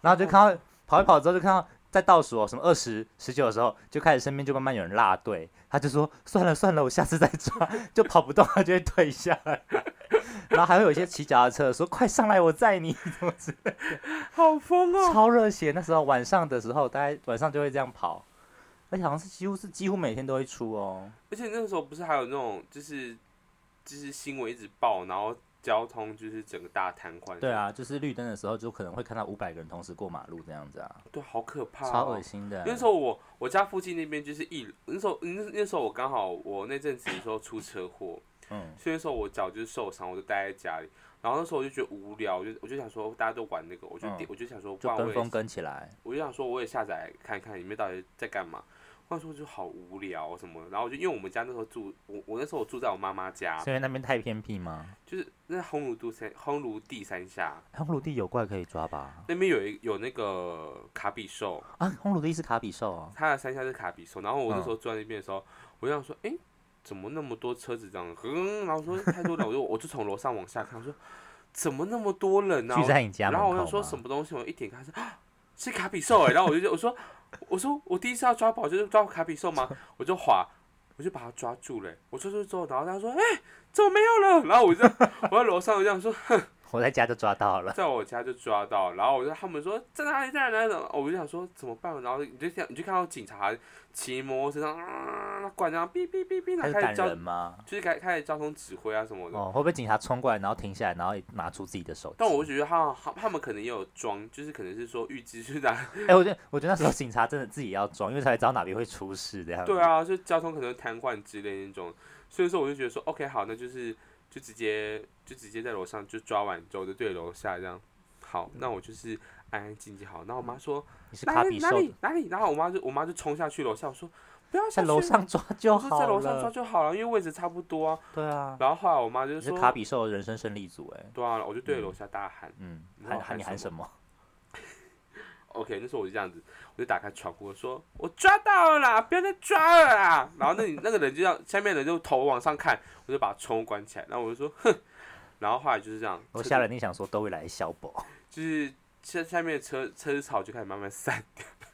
Speaker 1: 然后就看到跑一跑之后就看到。在倒数、哦、什么二十十九的时候，就开始身边就慢慢有人落队，他就说算了算了，我下次再抓，就跑不动，他就会退下来。 然后还会有一些骑脚踏车的说：“快上来，我载你。”怎么之类
Speaker 2: 好疯
Speaker 1: 的，
Speaker 2: 哦，
Speaker 1: 超热血。那时候晚上的时候，大概晚上就会这样跑，而且好像是几乎是几乎每天都会出哦。
Speaker 2: 而且那时候不是还有那种就是就是新闻一直报，然后交通就是整个大瘫痪，
Speaker 1: 对，啊，就是绿灯的时候，就可能会看到五百个人同时过马路这样子啊，
Speaker 2: 对，好可怕、哦，
Speaker 1: 超恶心的。
Speaker 2: 那时候我我家附近那边就是一那时候嗯那那时候我刚好我那阵子的时候出车祸，
Speaker 1: 嗯
Speaker 2: 所以那时候我脚就是受伤，我就待在家里。然后那时候我就觉得无聊，我就我就想说大家都玩那个，我就、
Speaker 1: 嗯
Speaker 2: 我就想说，不
Speaker 1: 就
Speaker 2: 然我
Speaker 1: 跟
Speaker 2: 也
Speaker 1: 风跟起来，
Speaker 2: 我就想说我也下载看看里面到底在干嘛。那时候就好无聊什么，然后我就因为我们家那时候住我我那时候我住在我妈妈家，
Speaker 1: 是因为那边太偏僻吗？
Speaker 2: 就是那烘炉都山烘炉地山下
Speaker 1: 哎红鲁地有怪可以抓吧？
Speaker 2: 那边有一有那个卡比兽，
Speaker 1: 啊，红鲁地是卡比兽哦。
Speaker 2: 它的山下是卡比兽，然后我那
Speaker 1: 嗯
Speaker 2: 时候坐在那边的时候，我就想说，诶，怎么那么多车子这样？嗯，然后说太多人，我就我就从楼上往下看，我说怎么那么多人呢、
Speaker 1: 聚在你家门
Speaker 2: 然
Speaker 1: 口
Speaker 2: 后
Speaker 1: 吗
Speaker 2: 我就说什么东西，我一点开是、啊、是卡比兽哎、然后我就我说我说我第一次要抓宝就是抓卡比兽吗？我就滑，我就把它抓住了、欸我抓住之后，然后他说哎、怎么没有了？然后我就我在楼上我这样说，
Speaker 1: 我在家就抓到了。
Speaker 2: 在我家就抓到，然后我就他们说在哪里在哪里，然后我就想说怎么办，然后你就想你就看到警察骑摩托车上啊，管然后哔哔哔哔，
Speaker 1: 他
Speaker 2: 然后
Speaker 1: 是
Speaker 2: 开
Speaker 1: 赶
Speaker 2: 始交
Speaker 1: 人吗？
Speaker 2: 就是开开始交通指挥啊什么的。
Speaker 1: 哦，会不会警察冲过来，然后停下来，然后拿出自己的手机？
Speaker 2: 但我觉得他他他们可能也有装，就是可能是说预知是哪，
Speaker 1: 哎、我觉得我觉得那时候警察真的自己要装，因为才知道哪边会出事这样子。
Speaker 2: 对啊，就交通可能瘫痪之类那种，所以说我就觉得说 OK 好，那就是就直接就直接在楼上就抓完之后就对楼下这样，好，那我就是安安静静好。然后我妈说。
Speaker 1: 你嗯是
Speaker 2: 哪
Speaker 1: 卡
Speaker 2: 里
Speaker 1: 比
Speaker 2: 哪
Speaker 1: 兽，
Speaker 2: 里哪里，然后我妈就我妈就冲下去楼下，我说不要下
Speaker 1: 在
Speaker 2: 去
Speaker 1: 楼，上抓就
Speaker 2: 我说
Speaker 1: 好
Speaker 2: 在
Speaker 1: 了。
Speaker 2: 楼上抓就好了，因为位置差不多啊。
Speaker 1: 对啊，
Speaker 2: 然后后来我妈就
Speaker 1: 你是
Speaker 2: 说
Speaker 1: 卡比兽的人生胜利组哎、
Speaker 2: 对啊，我就对着楼下大喊。
Speaker 1: 嗯，
Speaker 2: 你
Speaker 1: 喊
Speaker 2: 要喊
Speaker 1: 喊你喊
Speaker 2: 什
Speaker 1: 什么？
Speaker 2: OK，那时候我就这样子，我就打开窗户我说我抓到了啦，不要再抓了啦。 然后那里那个人就让下面的人就头往上看，我就把窗户关起来，然后我就说哼。然后后来就是这样，
Speaker 1: 楼
Speaker 2: 车
Speaker 1: 下
Speaker 2: 子
Speaker 1: 人你想说都会来消保，
Speaker 2: 就是下下面的车车子草就开始慢慢散。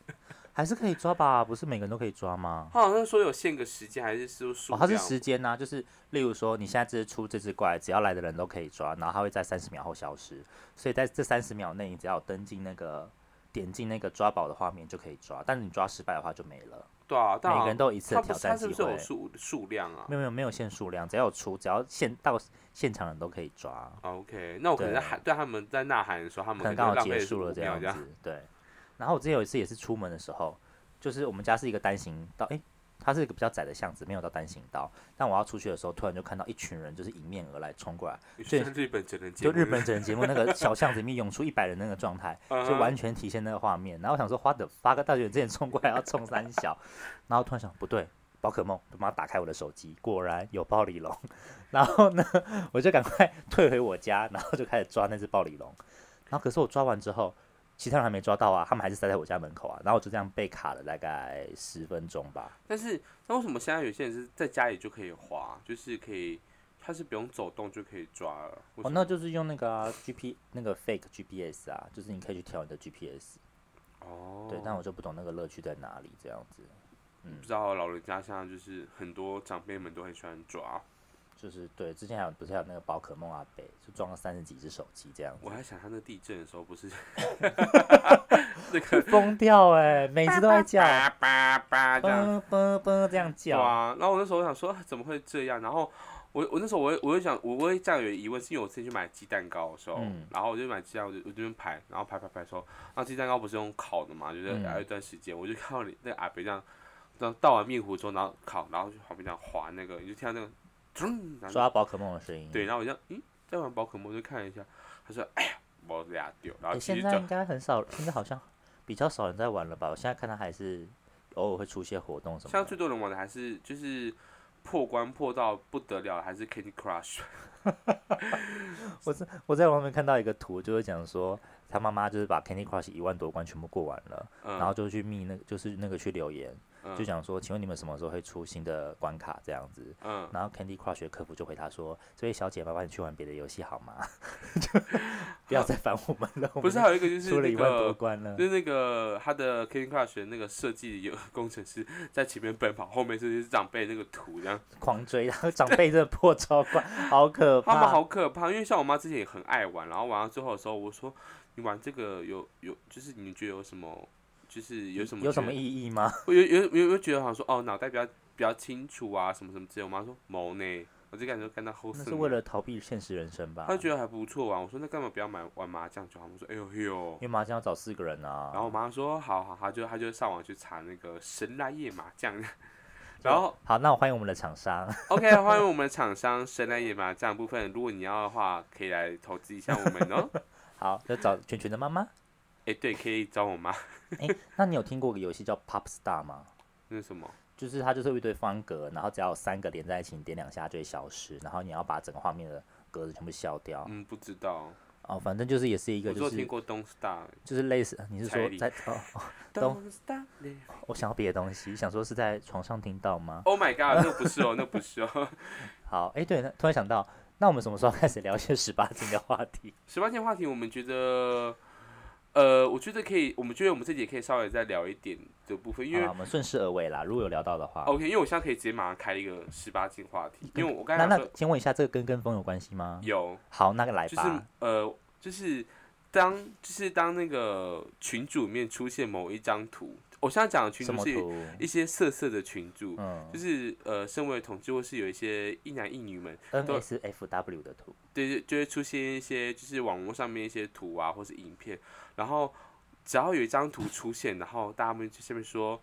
Speaker 1: 还是可以抓吧？不是每个人都可以抓吗？
Speaker 2: 他好像说有限个时间，还是说数
Speaker 1: 哦，它
Speaker 2: 量？
Speaker 1: 是时间呐、就是例如说你现在这只出这只怪，只要来的人都可以抓，然后它会在三十秒后消失，所以在这三十秒内，你只要有登进那个点进那个抓宝的画面就可以抓，但是你抓失败的话就没了。
Speaker 2: 对啊，但
Speaker 1: 每
Speaker 2: 好
Speaker 1: 个
Speaker 2: 像
Speaker 1: 人都有一次
Speaker 2: 他不
Speaker 1: 的挑
Speaker 2: 是
Speaker 1: 战
Speaker 2: 他是
Speaker 1: 机
Speaker 2: 不是有
Speaker 1: 会。
Speaker 2: 数数量啊？
Speaker 1: 没有没有没有限数量，只要有出，只要现到现场人都可以抓，
Speaker 2: 啊 OK，那我可能在喊对他们在呐喊的时候，他们
Speaker 1: 可能
Speaker 2: 就
Speaker 1: 刚好
Speaker 2: 浪
Speaker 1: 结
Speaker 2: 费
Speaker 1: 束了
Speaker 2: 15
Speaker 1: 这
Speaker 2: 秒
Speaker 1: 样
Speaker 2: 这
Speaker 1: 子
Speaker 2: 样。。
Speaker 1: 对。然后我之前有一次也是出门的时候，就是我们家是一个单行道，诶，它是一个比较窄的巷子，没有到单行道。但我要出去的时候，突然就看到一群人就是迎面而来冲过来，
Speaker 2: 你
Speaker 1: 对
Speaker 2: 说像日本整人节
Speaker 1: 就
Speaker 2: 目，
Speaker 1: 日本整人节目那个小巷子里面涌出一百人那个状态，就完
Speaker 2: 嗯
Speaker 1: 全体现那个画面。然后我想说，花的发个大学之前冲过来要冲三小，然后突然想不对，宝可梦，马上打开我的手机，果然有暴鲤龙。然后呢，我就赶快退回我家，然后就开始抓那只暴鲤龙。然后可是我抓完之后，其他人还没抓到啊，他们还是塞在我家门口啊。然后我就这样被卡了大概十分钟吧。
Speaker 2: 但是那为什么现在有些人是在家里就可以滑，就是可以，他是不用走动就可以抓了？为
Speaker 1: 哦，
Speaker 2: 什
Speaker 1: 那
Speaker 2: 么
Speaker 1: 就是用那个、啊、G P 那个 fake G P S 啊，就是你可以去调你的 G P S。
Speaker 2: 哦，
Speaker 1: 对，但我就不懂那个乐趣在哪里，这样子
Speaker 2: 不知道老人家现在就是很多长辈们都很喜欢抓，
Speaker 1: 就是对。之前还有不是还有那个宝可梦阿北，就装了三十几只手机这样子
Speaker 2: 我，还想他那地震的时候不是 那个
Speaker 1: 疯掉哎、每次都在叫，嗯
Speaker 2: 叭叭叭这样。
Speaker 1: 嘣嘣嘣这样
Speaker 2: 对
Speaker 1: 叫，
Speaker 2: 啊，然后我那时候我想说啊怎么会这样，然后我我那时候我会我会想我我会这样有疑问，是因为我之前去买鸡蛋糕的时候，
Speaker 1: 嗯
Speaker 2: 然后我就买鸡蛋，我就我这边排，然后排排排说，那鸡蛋糕不是用烤的嘛，就是
Speaker 1: 嗯
Speaker 2: 还有一段时间，我就看到你那个阿伯这样，这样倒完面糊之后，然后烤，然后就旁边这样滑那个，你就听到那个，咚然后
Speaker 1: 抓宝可梦的声音。
Speaker 2: 对，然后我就嗯在玩宝可梦，我就看了一下，他说哎呀，我俩丢，然
Speaker 1: 诶、
Speaker 2: 后其
Speaker 1: 哎现
Speaker 2: 实
Speaker 1: 在
Speaker 2: 就
Speaker 1: 应该很少，现在好像比较少人在玩了吧？我现在看他还是偶尔会出些活动什
Speaker 2: 现在
Speaker 1: 么
Speaker 2: 最
Speaker 1: 的。
Speaker 2: 多人玩的还是就是破关破到不得了，还是 Candy Crush。
Speaker 1: 我在网面看到一个图，就是讲说他妈妈就是把 Candy Crush 一万多关全部过完了，
Speaker 2: 嗯，
Speaker 1: 然后就去密那个，就是那个去留言，就
Speaker 2: 嗯
Speaker 1: 讲说，请问你们什么时候会出新的关卡这样子？
Speaker 2: 嗯，
Speaker 1: 然后 Candy Crush 的客服就回他说：“这位小姐，麻烦你去玩别的游戏好吗？ 就不要再烦我们了，我
Speaker 2: 不
Speaker 1: 们
Speaker 2: 是还有一个就是
Speaker 1: 出了
Speaker 2: 那
Speaker 1: 一万多
Speaker 2: 个，
Speaker 1: 关了
Speaker 2: 就。是那个他的 Candy Crush 的那个设计有工程师在前面奔跑，后面就是长辈那个图这样，
Speaker 1: 狂追，然后长辈真的破超快，好可
Speaker 2: 他们
Speaker 1: 怕。
Speaker 2: 好可怕。因为像我妈之前也很爱玩，然后玩到最后的时候，我说你玩这个有有，就是你觉得有什么，就是有什么
Speaker 1: 有什
Speaker 2: 觉
Speaker 1: 么
Speaker 2: 得
Speaker 1: 意义吗？
Speaker 2: 我有有有有觉得好像说哦脑袋比较比较清楚啊什么什么之类，我妈说某呢，我就感觉干到后
Speaker 1: 那
Speaker 2: 生
Speaker 1: 是为了逃避现实人生吧？
Speaker 2: 她觉得还不错玩，啊我说那干嘛不要买玩麻将就好？我说哎呦嘿呦
Speaker 1: 因，为麻将要找四个人啊。
Speaker 2: 然后我妈说好好，她就她就上网去查那个神来野麻将， 然后
Speaker 1: 好，那我欢迎我们的厂商，
Speaker 2: OK 欢迎我们的厂商神来野麻将部分，如果你要的话可以来投资一下我们哦。
Speaker 1: 好，要找全全的妈妈。
Speaker 2: 哎对，可以找我妈，
Speaker 1: 那你有听过个游戏叫 Pop Star 吗？
Speaker 2: 那是什么？
Speaker 1: 就是它就是有一堆方格，然后只要有三个连在一起，你点两下就会消失，然后你要把整个画面的格子全部消掉。
Speaker 2: 嗯，不知道，
Speaker 1: 哦，反正就是也是一
Speaker 2: 我
Speaker 1: 个
Speaker 2: 只有
Speaker 1: 就
Speaker 2: 听
Speaker 1: 是
Speaker 2: 过 Don't Star，
Speaker 1: 就是类似，你是
Speaker 2: 彩
Speaker 1: 说
Speaker 2: 礼
Speaker 1: 在哦哦，Don't-
Speaker 2: Don't Star 嘞。
Speaker 1: 我想要别的东西，想说是在床上听到吗？
Speaker 2: Oh my god，那不是哦，那不是哦。
Speaker 1: 好，哎、对，那突然想到，那我们什么时候开始聊一些十八禁的话题？
Speaker 2: 十八禁话题，我们觉得，呃，我觉得可以，我们觉得我们自己也可以稍微再聊一点的部分，因为
Speaker 1: 好啦我们顺势而为啦，如果有聊到的话。
Speaker 2: OK，因为我现在可以直接马上开一个十八禁话题，因为我刚
Speaker 1: 那
Speaker 2: 才想
Speaker 1: 那
Speaker 2: 说
Speaker 1: 先问一下，这个跟跟风有关系吗？
Speaker 2: 有，
Speaker 1: 好，那个来
Speaker 2: 就是
Speaker 1: 吧。
Speaker 2: 呃，就是当就是当那个群主里面出现某一张图，我现在讲的群
Speaker 1: 什
Speaker 2: 主
Speaker 1: 么
Speaker 2: 是
Speaker 1: 图？
Speaker 2: 一些色色的群主。
Speaker 1: 嗯
Speaker 2: 就是呃，身为同志或是有一些一男一女们，
Speaker 1: ，N S F W 的图，
Speaker 2: 对，就就会出现一些就是网络上面一些图啊，或是影片，然后只要有一张图出现，然后大家们就下面说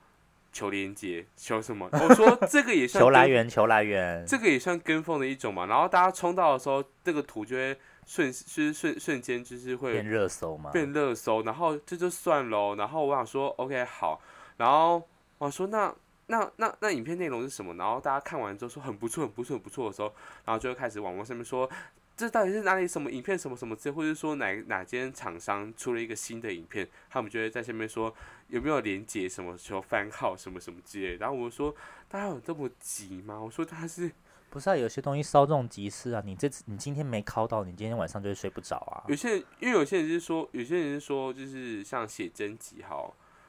Speaker 2: 求连接，求什么？我说这个也算
Speaker 1: 求来
Speaker 2: 跟，
Speaker 1: 源，求来源。
Speaker 2: 这个也算跟风的一种嘛。然后大家冲到的时候，这个图就会瞬就是瞬瞬间就是会
Speaker 1: 变热搜吗？
Speaker 2: 变热搜，然后这就算喽。然后我想说，OK 好，然后我说那那那那影片内容是什么？然后大家看完之后说很不错，很不错，很不错的时候，然后就会开始网络上面说。这到底是哪里什么影片什么什么之类，或者说哪哪间厂商出了一个新的影片，他们就会在下面说有没有连接什么时候番号什么什么之类的。然后我说大家有这么急吗？我说他是
Speaker 1: 不是啊，有些东西稍纵即逝啊。你这次你今天没敲到，你今天晚上就会睡不着啊。
Speaker 2: 有些人，因为有些人是说，有些人是说，就是像写真集哈，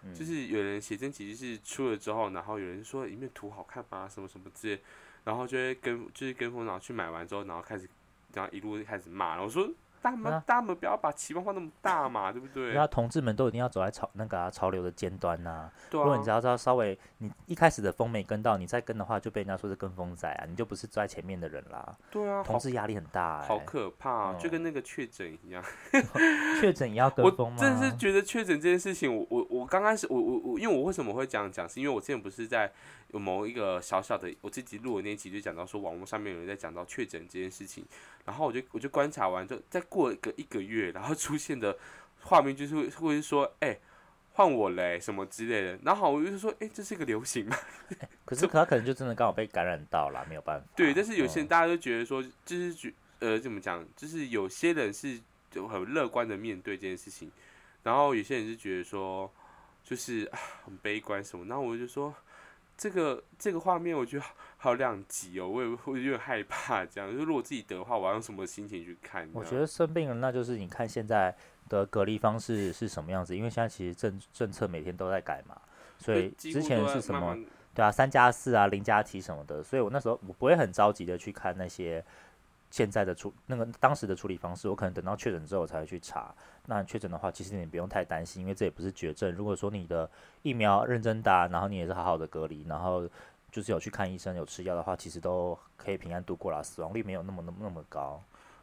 Speaker 1: 嗯
Speaker 2: 就是有人写真集就是出了之后，然后有人说里面图好看吗？什么什么之类，然后就会跟就是跟风，然后去买完之后，然后开始，然后一路开始骂，然后我说大们、
Speaker 1: 啊
Speaker 2: 大们不要把期望放那么大嘛，对不 对？
Speaker 1: 那同志们都一定要走在潮那个啊、潮流的尖端呐、
Speaker 2: 对
Speaker 1: 如果你只
Speaker 2: 啊，
Speaker 1: 要知道稍微你一开始的风没跟到，你再跟的话就被人家说是跟风仔啊，你就不是坐在前面的人啦。
Speaker 2: 对啊，
Speaker 1: 同
Speaker 2: 好
Speaker 1: 志压力很大、欸，
Speaker 2: 好可怕、啊，就
Speaker 1: 嗯
Speaker 2: 跟那个确诊一样。
Speaker 1: 确诊也要跟
Speaker 2: 我
Speaker 1: 风吗？
Speaker 2: 真的是觉得确诊这件事情，我我我刚开始我我我，因为我为什么会这样讲，是因为我之前不是在有某一个小小的我自己录的那一集就讲到说，网络上面有人在讲到确诊这件事情，然后我就我就观察完，就再过一个一个月，然后出现的画面就是会是说，哎、换我嘞、什么之类的。然后我就说，哎、这是一个流行嘛？
Speaker 1: 可是他可能就真的刚好被感染到了，没有办法。
Speaker 2: 对，但是有些人
Speaker 1: 嗯
Speaker 2: 大家都觉得说，就是觉呃怎么讲，就是有些人是就很乐观的面对这件事情，然后有些人是觉得说，就是啊很悲观什么。然后我就说，这个这个画面我觉得好好两极哦，我也我有点害怕这样。就是如果自己得的话，我要用什么心情去看？
Speaker 1: 我
Speaker 2: 你知
Speaker 1: 觉
Speaker 2: 道吗
Speaker 1: 得生病了，那就是你看现在的隔离方式是什么样子，因为现在其实政政策每天都在改嘛，所
Speaker 2: 就
Speaker 1: 以
Speaker 2: 几
Speaker 1: 之
Speaker 2: 乎
Speaker 1: 前
Speaker 2: 都
Speaker 1: 是
Speaker 2: 在
Speaker 1: 什
Speaker 2: 慢
Speaker 1: 么
Speaker 2: 慢
Speaker 1: 对啊，三加四啊，零加七什么的，所以我那时候我不会很着急的去看那些现在的处那个当时的处理方式，我可能等到确诊之后我才会去查。那确诊的话，其实你不用太担心，因为这也不是绝症。如果说你的疫苗认真打，然后你也是好好的隔离，然后就是有去看医生、有吃药的话，其实都可以平安度过啦，死亡率没有那么那么那么高。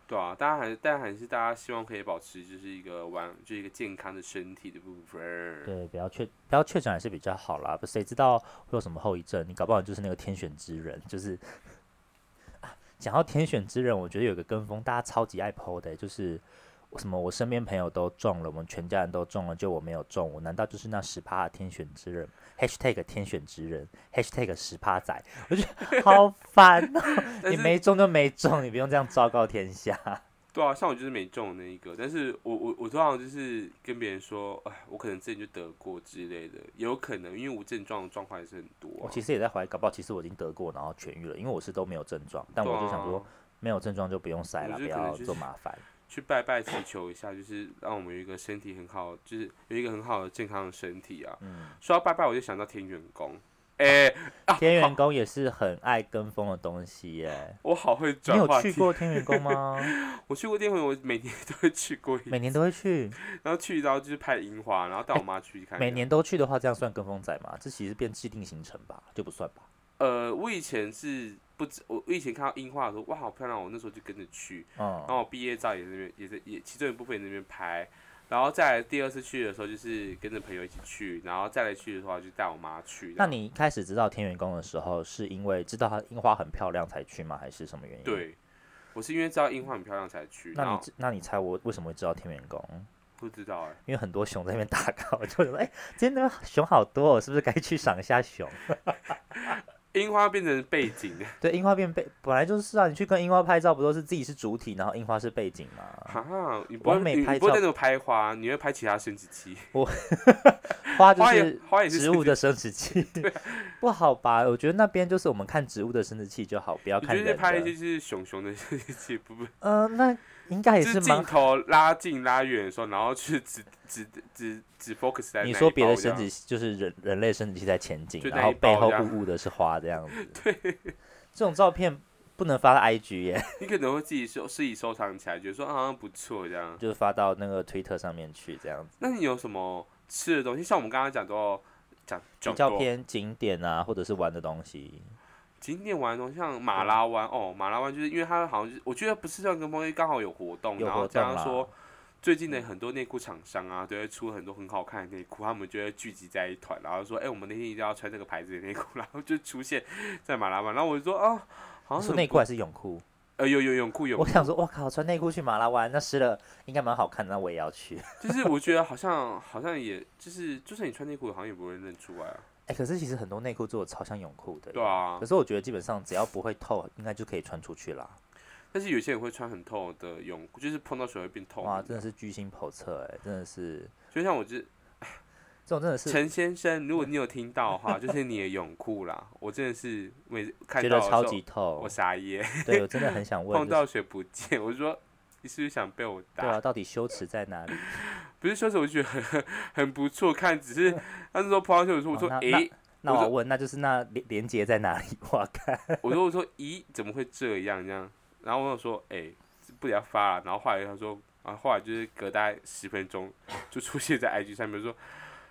Speaker 2: 对啊，当然还是，但还是大家希望可以保持就是一个完，就是一个健康的身体的部分。
Speaker 1: 对，不要确不要确诊还是比较好啦，不谁知道会有什么后遗症？你搞不好就是那个天选之人，就是。啊讲到天选之人，我觉得有个跟风，大家超级爱 PO 的、就是什么我身边朋友都中了，我们全家人都中了，就我没有中，我难道就是那十趴的天选之人？#hashtag 天选之人，#hashtag 十趴仔，我觉得好烦哦、
Speaker 2: 但
Speaker 1: 你
Speaker 2: 是
Speaker 1: 没中就没中，你不用这样昭告天下。
Speaker 2: 对啊，像我就是没中的那一个，但是我我我通常就是跟别人说，哎，我可能之前就得过之类的，也有可能因为无症状的状况还是很多、
Speaker 1: 我
Speaker 2: 啊。
Speaker 1: 其实也在怀疑，搞不好其实我已经得过，然后痊愈了，因为我是都没有症状，但
Speaker 2: 对
Speaker 1: 我就想
Speaker 2: 啊
Speaker 1: 说。没有症状就不用
Speaker 2: 我
Speaker 1: 塞了，
Speaker 2: 就
Speaker 1: 不
Speaker 2: 可能
Speaker 1: 要
Speaker 2: 就是
Speaker 1: 做麻烦。
Speaker 2: 去拜拜祈求一下，就是让我们有一个身体很好，就是有一个很好的健康的身体啊。
Speaker 1: 嗯，
Speaker 2: 说到拜拜，我就想到天元宫，哎、
Speaker 1: 天元宫也是很爱跟风的东西耶。
Speaker 2: 我好会
Speaker 1: 你
Speaker 2: 转
Speaker 1: 有
Speaker 2: 化
Speaker 1: 去
Speaker 2: 题。
Speaker 1: 过天元 宫吗？
Speaker 2: 我去过天元，我每年 都会去过一，
Speaker 1: 每年都会去，
Speaker 2: 然后去然后就是拍樱花，然后带我妈去看。
Speaker 1: 每年都去的话，这样算跟风仔吗？这其实变既定行程吧，就不算吧。
Speaker 2: 呃，我以前是不知，我我以前看到樱花的时候，哇，好漂亮！我那时候就跟着去，然
Speaker 1: 嗯，
Speaker 2: 后我毕业照也在那边，也在也其中一部分也在那边拍，然后再来第二次去的时候，就是跟着朋友一起去，然后再来去的话就带我妈去。
Speaker 1: 那你一开始知道天元宫的时候，是因为知道它樱花很漂亮才去吗？还是什么原因？。
Speaker 2: 对，我是因为知道樱花很漂亮才去，
Speaker 1: 那
Speaker 2: 然
Speaker 1: 你
Speaker 2: 后
Speaker 1: 知那你猜我为什么会知道天元宫？
Speaker 2: 不知道哎、
Speaker 1: 因为很多熊在那边打卡，我 就想说，哎、今天那个熊好多、哦，我是不是该去赏一下熊？
Speaker 2: 樱花变成背 景，
Speaker 1: 对，樱花变背本来就是啊，你去跟樱花拍照，不都是自己是主体，然后樱花是背景吗？
Speaker 2: 哈、你不会
Speaker 1: 完美
Speaker 2: 你
Speaker 1: 拍
Speaker 2: 你不会
Speaker 1: 照
Speaker 2: 在那拍花，你会拍其他生殖器，
Speaker 1: 花就
Speaker 2: 花也
Speaker 1: 是
Speaker 2: 花也是啊
Speaker 1: 植
Speaker 2: 生
Speaker 1: 物
Speaker 2: 殖
Speaker 1: 的生 殖器，不好吧？我觉得那边就是我们看植物的生殖器就好，不要
Speaker 2: 你
Speaker 1: 看
Speaker 2: 就是
Speaker 1: 人
Speaker 2: 拍
Speaker 1: 的。
Speaker 2: 就是熊熊的 生殖器，不不
Speaker 1: 嗯、那应该也
Speaker 2: 就是是镜
Speaker 1: 蛮。
Speaker 2: 头拉近拉远的时候，然后去只只只只 focus 在
Speaker 1: 你
Speaker 2: 那
Speaker 1: 说
Speaker 2: 一
Speaker 1: 别
Speaker 2: 包
Speaker 1: 的
Speaker 2: 这
Speaker 1: 生
Speaker 2: 样
Speaker 1: 殖器就是人人类生殖器在前景，
Speaker 2: 就
Speaker 1: 然
Speaker 2: 那
Speaker 1: 后
Speaker 2: 一
Speaker 1: 背
Speaker 2: 包
Speaker 1: 后
Speaker 2: 这样
Speaker 1: 雾雾的是花这样子。 对， 这种照片不能发到 IG 耶，
Speaker 2: 你可能会自己收自己收藏起来，觉得说啊好像不错这样。
Speaker 1: 就是发到那个推特上面去这样子。
Speaker 2: 那你有什么吃的东西？像我们刚刚讲到讲
Speaker 1: 比
Speaker 2: 讲
Speaker 1: 较
Speaker 2: 过
Speaker 1: 偏景点啊，或者是玩的东西。
Speaker 2: 景点玩的东西，像马拉湾哦，马拉湾就是因为它好像就是我觉得不是算跟风，因为刚好有活动，
Speaker 1: 有
Speaker 2: 然
Speaker 1: 活
Speaker 2: 后加
Speaker 1: 动啦
Speaker 2: 上
Speaker 1: 嗯
Speaker 2: 说最近的很多内裤厂商啊，都会出很多很好看的内裤，他们就会聚集在一团，然后说哎、我们那天一定要穿这个牌子的内裤，然 后就出现在马拉湾，然后我就说啊，好像
Speaker 1: 你说
Speaker 2: 很
Speaker 1: 内裤还是泳裤？
Speaker 2: 呃有有泳裤有
Speaker 1: 我想说，我靠，穿内裤去马拉湾，那湿了应该蛮好看的，那我也要去。
Speaker 2: 就是我觉得好像好像也就是，就算你穿内裤，好像也不会认出来啊。
Speaker 1: 哎、可是其实很多内裤做的超像泳裤的。
Speaker 2: 对。啊
Speaker 1: 可，是我觉得基本上只要不会透，应该就可以穿出去啦。
Speaker 2: 但是有些人会穿很透的泳裤，就是碰到水会变透
Speaker 1: 哇，
Speaker 2: 明。
Speaker 1: 真的是居心叵测，哎，真的是
Speaker 2: 就像我这
Speaker 1: 这种真的是
Speaker 2: 陈先生，如果你有听到的 话，就是你的泳裤啦，我真的是每次看
Speaker 1: 觉
Speaker 2: 到
Speaker 1: 得
Speaker 2: 的时
Speaker 1: 超
Speaker 2: 候
Speaker 1: 级透
Speaker 2: 我。傻眼，
Speaker 1: 对，我真的很想问，
Speaker 2: 碰
Speaker 1: 就是
Speaker 2: 到水不见，我就说你是不是想被我
Speaker 1: 对啊，
Speaker 2: 打？
Speaker 1: 到底羞耻在 哪里？
Speaker 2: 不是说是我觉得很很不错看，只 是他那时候碰到水，我说我说
Speaker 1: 哦那
Speaker 2: 诶，
Speaker 1: 那
Speaker 2: 我
Speaker 1: 我要
Speaker 2: 就
Speaker 1: 问，那就是那连连接在哪里？哇，看
Speaker 2: 我说我说咦，怎么会这样这样？然后我想说，哎、不了发了。然后后来他说，啊，后来就是隔大概十分钟就出现在 IG 上面说，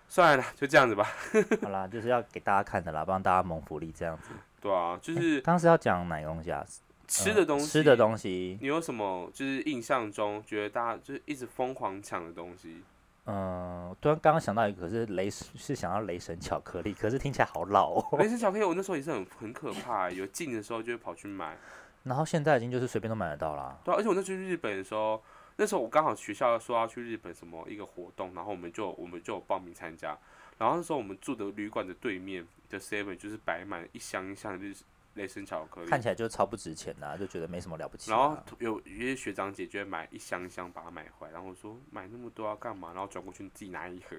Speaker 2: 算了，就这样子吧。
Speaker 1: 好啦，就是要给大家看的啦，帮大家蒙福利这样子。
Speaker 2: 对啊，就是
Speaker 1: 刚刚是要讲哪个东西啊？
Speaker 2: 吃
Speaker 1: 呃
Speaker 2: 的东西，
Speaker 1: 嗯吃的东西，
Speaker 2: 你有什么就是印象中觉得大家就是一直疯狂抢的东西？
Speaker 1: 嗯，突然刚刚想到一个，可是雷是想要雷神巧克力，可是听起来好老哦。
Speaker 2: 雷神巧克力，我那时候也是很很可怕、欸有进的时候就会跑去买。
Speaker 1: 然后现在已经就是随便都买得到啦。
Speaker 2: 对啊、而且我那时候去日本的时候，那时候我刚好学校说要去日本什么一个活动，然后我们就我们就有报名参加。然后那时候我们住的旅馆的对面的 Seven 就是摆满一箱一箱的日雷神巧克力，
Speaker 1: 看起来就超不值钱呐、就觉得没什么了不起、啊。
Speaker 2: 然后有有些学长姐就会买一箱一箱把它买回来，然后我说买那么多要干嘛？然后转过去你自己拿一 盒，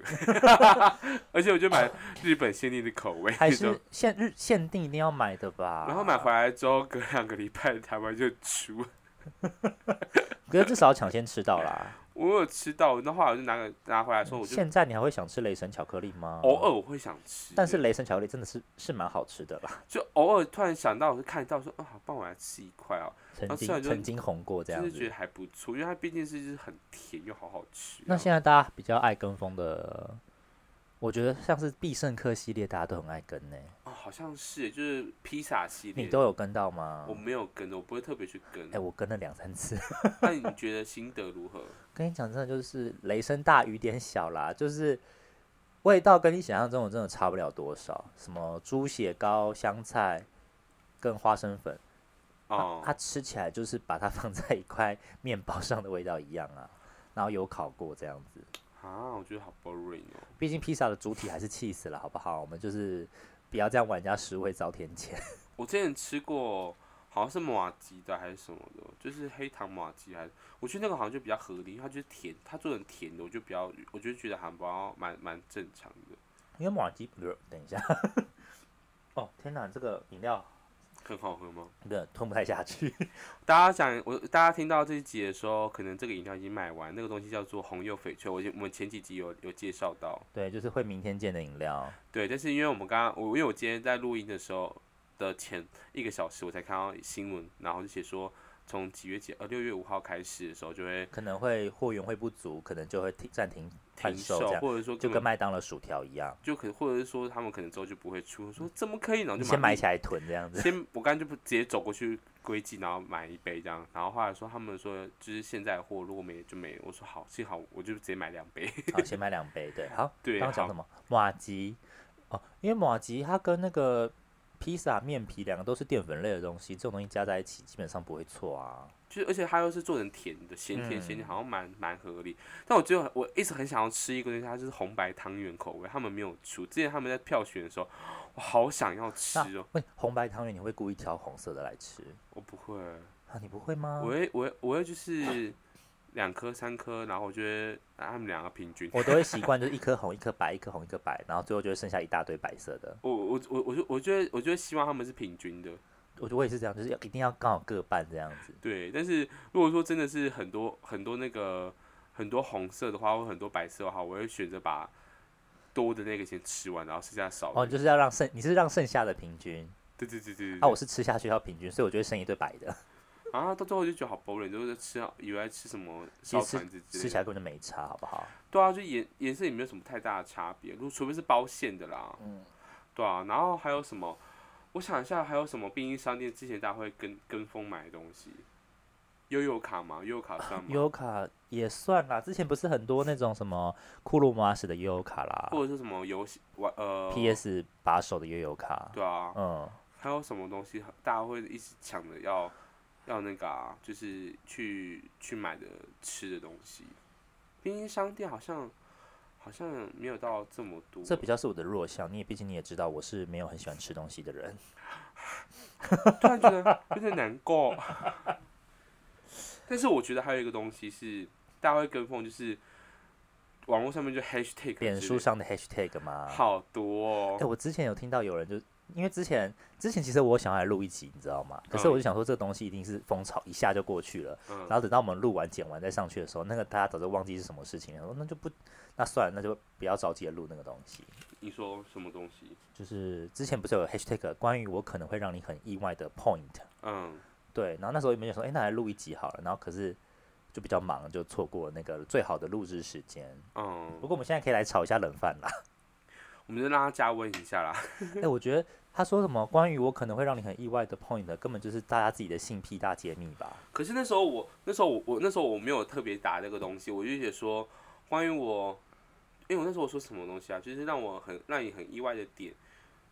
Speaker 2: 而且我就买日本限定的口味，
Speaker 1: 还
Speaker 2: 那
Speaker 1: 是啊
Speaker 2: 种
Speaker 1: 限日限定一定要买的吧？
Speaker 2: 然后买回，来之后隔两个礼拜台湾就出，
Speaker 1: 可是至少要抢先吃到啦。
Speaker 2: 我有吃到，那后来我就拿个拿回来 说，我就
Speaker 1: 现在你还会想吃雷神巧克力吗？
Speaker 2: 偶尔我会想吃，
Speaker 1: 啊但是雷神巧克力真的是是蛮好吃的啦，
Speaker 2: 就偶尔突然想到，我就看到说啊，好棒，我来吃一块哦，
Speaker 1: 曾
Speaker 2: 啊虽
Speaker 1: 经
Speaker 2: 然就
Speaker 1: 曾经红过这
Speaker 2: 就
Speaker 1: 样
Speaker 2: 是觉
Speaker 1: 子。
Speaker 2: 得还不错，因为它毕竟是就是很甜又好好吃。啊
Speaker 1: 那
Speaker 2: 然后
Speaker 1: 现在大家比较爱跟风的，我觉得像是必胜客系列，大家都很爱跟呢、
Speaker 2: 哦，好像是耶就是披萨系列，
Speaker 1: 你都有跟到吗？
Speaker 2: 我没有跟的，我不会特别去跟
Speaker 1: 哎、。我跟了两三次。
Speaker 2: 那你觉得心得如何？
Speaker 1: 跟你讲，真的就是雷声大雨点小啦，就是味道跟你想象中的真的差不了多少。什么猪血糕、香菜跟花生粉，
Speaker 2: 哦
Speaker 1: 它，它吃起来就是把它放在一块面包上的味道一样啊，然后有烤过这样子。
Speaker 2: 啊，我觉得好 boring 哦。
Speaker 1: 毕竟披萨的主体还是 cheese 了，好不好？我们就是不要这样玩人家食味遭天谴。
Speaker 2: 我之前吃过，好像是马吉的还是什么的，就是黑糖马吉还是，我觉得那个好像就比较合理，因为它就是甜，它做成甜的，我就比较，我就觉得还蛮蛮蛮正常的，
Speaker 1: 因为马吉，呃等一下， 哦天哪，这个饮料
Speaker 2: 很好喝吗？
Speaker 1: 真的吞不太下去。
Speaker 2: 大家想我，大家听到这一集的时候，可能这个饮料已经卖完，那个东西叫做红柚翡翠，我已经我们前几集有有介绍到，
Speaker 1: 对，就是会明天见的饮料。
Speaker 2: 对，但是因为我们刚刚我因为我今天在录音的时候的前一个小时，我才看到新闻，然后就写说从几月几呃六月五号开始的时候就会
Speaker 1: 可能会货源会不足，可能就会停暂停贩
Speaker 2: 停
Speaker 1: 售
Speaker 2: 售
Speaker 1: 这，样，
Speaker 2: 或者说
Speaker 1: 就
Speaker 2: 根
Speaker 1: 跟
Speaker 2: 本
Speaker 1: 麦当劳薯条一样，
Speaker 2: 就可或者是说他们可能之后就不会出，我说怎么可以呢？然后
Speaker 1: 你
Speaker 2: 就
Speaker 1: 先买
Speaker 2: 一
Speaker 1: 起来囤这 样子。
Speaker 2: 先我刚才就不直接走过去归记，然后买一杯这样，然后后来说他们说就是现在的货如果没就没，我说好幸好我就直接买两杯，
Speaker 1: 好，先买两杯，对，好。
Speaker 2: 对，
Speaker 1: 刚刚讲
Speaker 2: 好
Speaker 1: 什么？马吉哦，因为马吉它跟那个披萨面皮两个都是淀粉类的东西，这种东西加在一起基本上不会错啊。
Speaker 2: 就是而且它又是做成甜的，咸甜咸
Speaker 1: 嗯
Speaker 2: 甜，好像蛮蛮合理。但我只有我一直很想要吃一个东西，它就是红白汤圆口味，他们没有出。之前他们在票选的时候，我好想要吃
Speaker 1: 那
Speaker 2: 哦，
Speaker 1: 喂，红白汤圆你会故意挑红色的来吃
Speaker 2: 我不会，
Speaker 1: 啊？你不会吗？
Speaker 2: 我会我会我会就是两颗三颗，然后我觉得啊他们两个平均。
Speaker 1: 我都会习惯就是一颗红一颗白，一颗红一颗白，然后最后就会剩下一大堆白色的。
Speaker 2: 我我我我就我觉得我就希望他们是平均的，
Speaker 1: 我我也是这样，就是要一定要刚好各半这样子。
Speaker 2: 对。但是如果说真的是很多很多那个很多红色的话，或很多白色的话，我会选择把多的那个先吃完，然后剩下少的。
Speaker 1: 哦，你就是要让剩，你是让剩下的平均。
Speaker 2: 对对对对对
Speaker 1: 啊，我是吃下去要平均，所以我就会剩一堆白的，
Speaker 2: 啊，到最后就觉得好 boring，就是吃到以为在吃什么
Speaker 1: 其
Speaker 2: 烧
Speaker 1: 实吃
Speaker 2: 团子之
Speaker 1: 吃
Speaker 2: 类
Speaker 1: 起来
Speaker 2: 的。
Speaker 1: 根本就没差，好不好？
Speaker 2: 对啊，就颜颜色也没有什么太大的差别，如除非是包馅的啦。
Speaker 1: 嗯
Speaker 2: 对啊，然后还有什么？我想一下，还有什么便利商店之前大家会跟跟风买的东西？悠悠卡嘛，悠悠卡算吗？
Speaker 1: 悠游卡也算啦，之前不是很多那种什么库洛马史的悠游卡啦
Speaker 2: 或者是什么游戏玩呃
Speaker 1: ，PS 把手的悠游卡，
Speaker 2: 对啊，
Speaker 1: 嗯，
Speaker 2: 还有什么东西大家会一直抢着要要那个啊，就是去去买的吃的东西。便利商店好像好像没有到这么多，
Speaker 1: 这比较是我的弱项。你也毕竟你也知道，我是没有很喜欢吃东西的人。
Speaker 2: 突然觉 得有点难过。 但是我觉得还有一个东西是大家会跟风，就是网络上面就 hashtag，
Speaker 1: 脸
Speaker 2: 之
Speaker 1: 书
Speaker 2: 类
Speaker 1: 上的 hashtag 吗？
Speaker 2: 好多
Speaker 1: 哎、
Speaker 2: 哦。
Speaker 1: 我之前有听到有人就，因为之前之前其实我想要来录一集，你知道吗？可是
Speaker 2: 嗯
Speaker 1: 我就想说，这个东西一定是风潮一下就过去了，
Speaker 2: 嗯
Speaker 1: 然后等到我们录完剪完再上去的时候，那个大家早就忘记是什么事情了，然后那就不，那算了，那就不要着急地录那个东西。
Speaker 2: 你说什么东西？
Speaker 1: 就是之前不是有 hashtag 关于我可能会让你很意外的 point，
Speaker 2: 嗯，
Speaker 1: 对，然后那时候有没有说，哎、那来录一集好了，然后可是就比较忙，就错过那个最好的录制时间。
Speaker 2: 嗯
Speaker 1: 不，过我们现在可以来炒一下冷饭啦。
Speaker 2: 我们就让他加温一下啦。
Speaker 1: 哎、我觉得他说什么关于我可能会让你很意外的 point，根本就是大家自己的性癖大揭秘吧？
Speaker 2: 可是那时候我那时候我我那时候我没有特别打这个东西，我就写说关于我，因为我那时候我说什么东西啊，就是让我很让你很意外的点。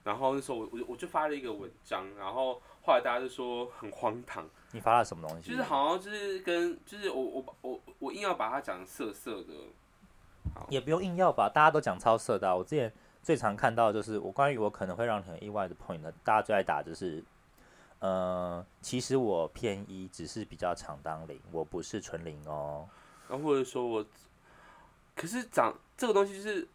Speaker 2: 然后那时候我我就我就发了一个文章，然后后来大家就说很荒唐，
Speaker 1: 你发了什么东西？
Speaker 2: 就是好像就是跟就是我我把我我硬要把它讲色色的，
Speaker 1: 也不用硬要吧，大家都讲超色的啊、我之前最常看到的就是我关于我可能会让你很意外的 point 呢，大家最爱打就是，呃，其实我偏一，只是比较常当零，我不是纯零哦。
Speaker 2: 然后或者说我，可是长这个东西就是，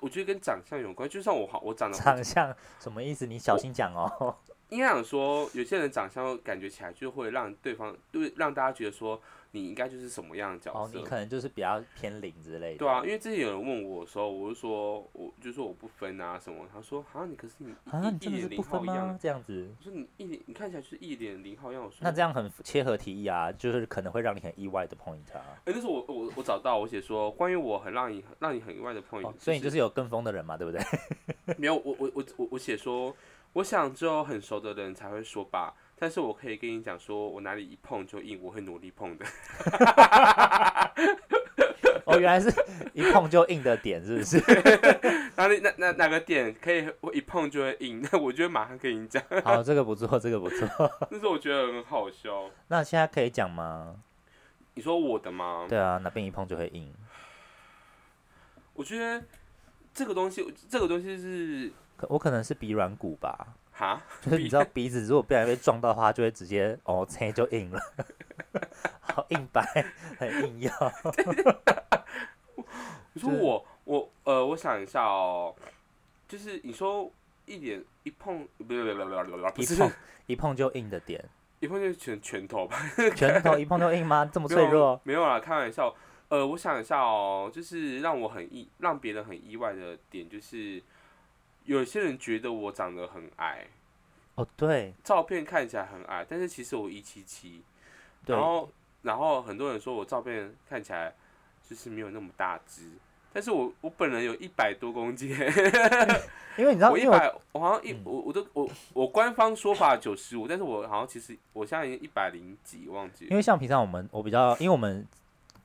Speaker 2: 我觉得跟长相有关，就像我好我长得
Speaker 1: 长相什么意思？你小心讲哦。
Speaker 2: 应该想说，有些人长相感觉起来就会让对方对让大家觉得说你应该就是什么样的角
Speaker 1: 哦，
Speaker 2: 色，
Speaker 1: 你可能就是比较偏零之类的。
Speaker 2: 对啊，因为之前有人问我的时候，我就说我就说我不分啊什么，他说啊你可是你
Speaker 1: 啊，
Speaker 2: 一
Speaker 1: 你
Speaker 2: 一
Speaker 1: 真的是
Speaker 2: 脸零
Speaker 1: 不分
Speaker 2: 号一
Speaker 1: 吗
Speaker 2: 样，？啊
Speaker 1: 这样子，
Speaker 2: 我说你一脸你看起来就是一脸零号一样，我说
Speaker 1: 那这样很切合题意啊，就是可能会让你很意外的 point 啊。
Speaker 2: 哎、那时候我我我找到我写说关于我很让你让你很意外的 point，、
Speaker 1: 哦所以你就是有跟风的人嘛，对 不对？
Speaker 2: 没有，我我我我我写说，我想只有很熟的人才会说吧，但是我可以跟你讲，说我哪里一碰就硬，我会努力碰的。
Speaker 1: 哦，原来是一碰就硬的点，是 不是？
Speaker 2: 哪里哪哪哪个点可以我一碰就会硬， 那我就会马上跟你 讲。
Speaker 1: 好，这个不错，这个不错。
Speaker 2: 那时候我觉得很好笑。
Speaker 1: 那现在可以讲吗？
Speaker 2: 你说我的吗？
Speaker 1: 对啊，哪边一碰就会硬。
Speaker 2: 我觉得这个东西，这个东西是
Speaker 1: 可我可能是鼻软骨吧，
Speaker 2: 哈，
Speaker 1: 就是你知道鼻子如果不然被撞到的话，就会直接哦，切就硬了， 好硬掰，很硬要。
Speaker 2: 你说
Speaker 1: 就是
Speaker 2: 我我呃，我想一下哦，就是你说一脸一碰，不是不是不是不是不
Speaker 1: 一
Speaker 2: 是
Speaker 1: 碰一碰就硬的点，
Speaker 2: 一碰就是哦拳拳头吧。
Speaker 1: 拳头一碰就硬吗？这么
Speaker 2: 没
Speaker 1: 脆
Speaker 2: 有
Speaker 1: 弱？
Speaker 2: 没有啦，开玩笑。呃，我想一下哦，就是让我很意，让别人很意外的点，就是有些人觉得我长得很矮，
Speaker 1: 哦，对
Speaker 2: 照片看起来很矮，但是其实我一七七。
Speaker 1: 对
Speaker 2: 然，后，然后很多人说我照片看起来就是没有那么大只，但是我我本人有一百多公斤，
Speaker 1: 因为你 知道，
Speaker 2: 我一
Speaker 1: 因为
Speaker 2: 百，我好像一
Speaker 1: 嗯
Speaker 2: 我我都我我官方说法九十五，但是我好像其实我现在已经一百零几，忘记了
Speaker 1: 因为像平常我们我比较，因为我们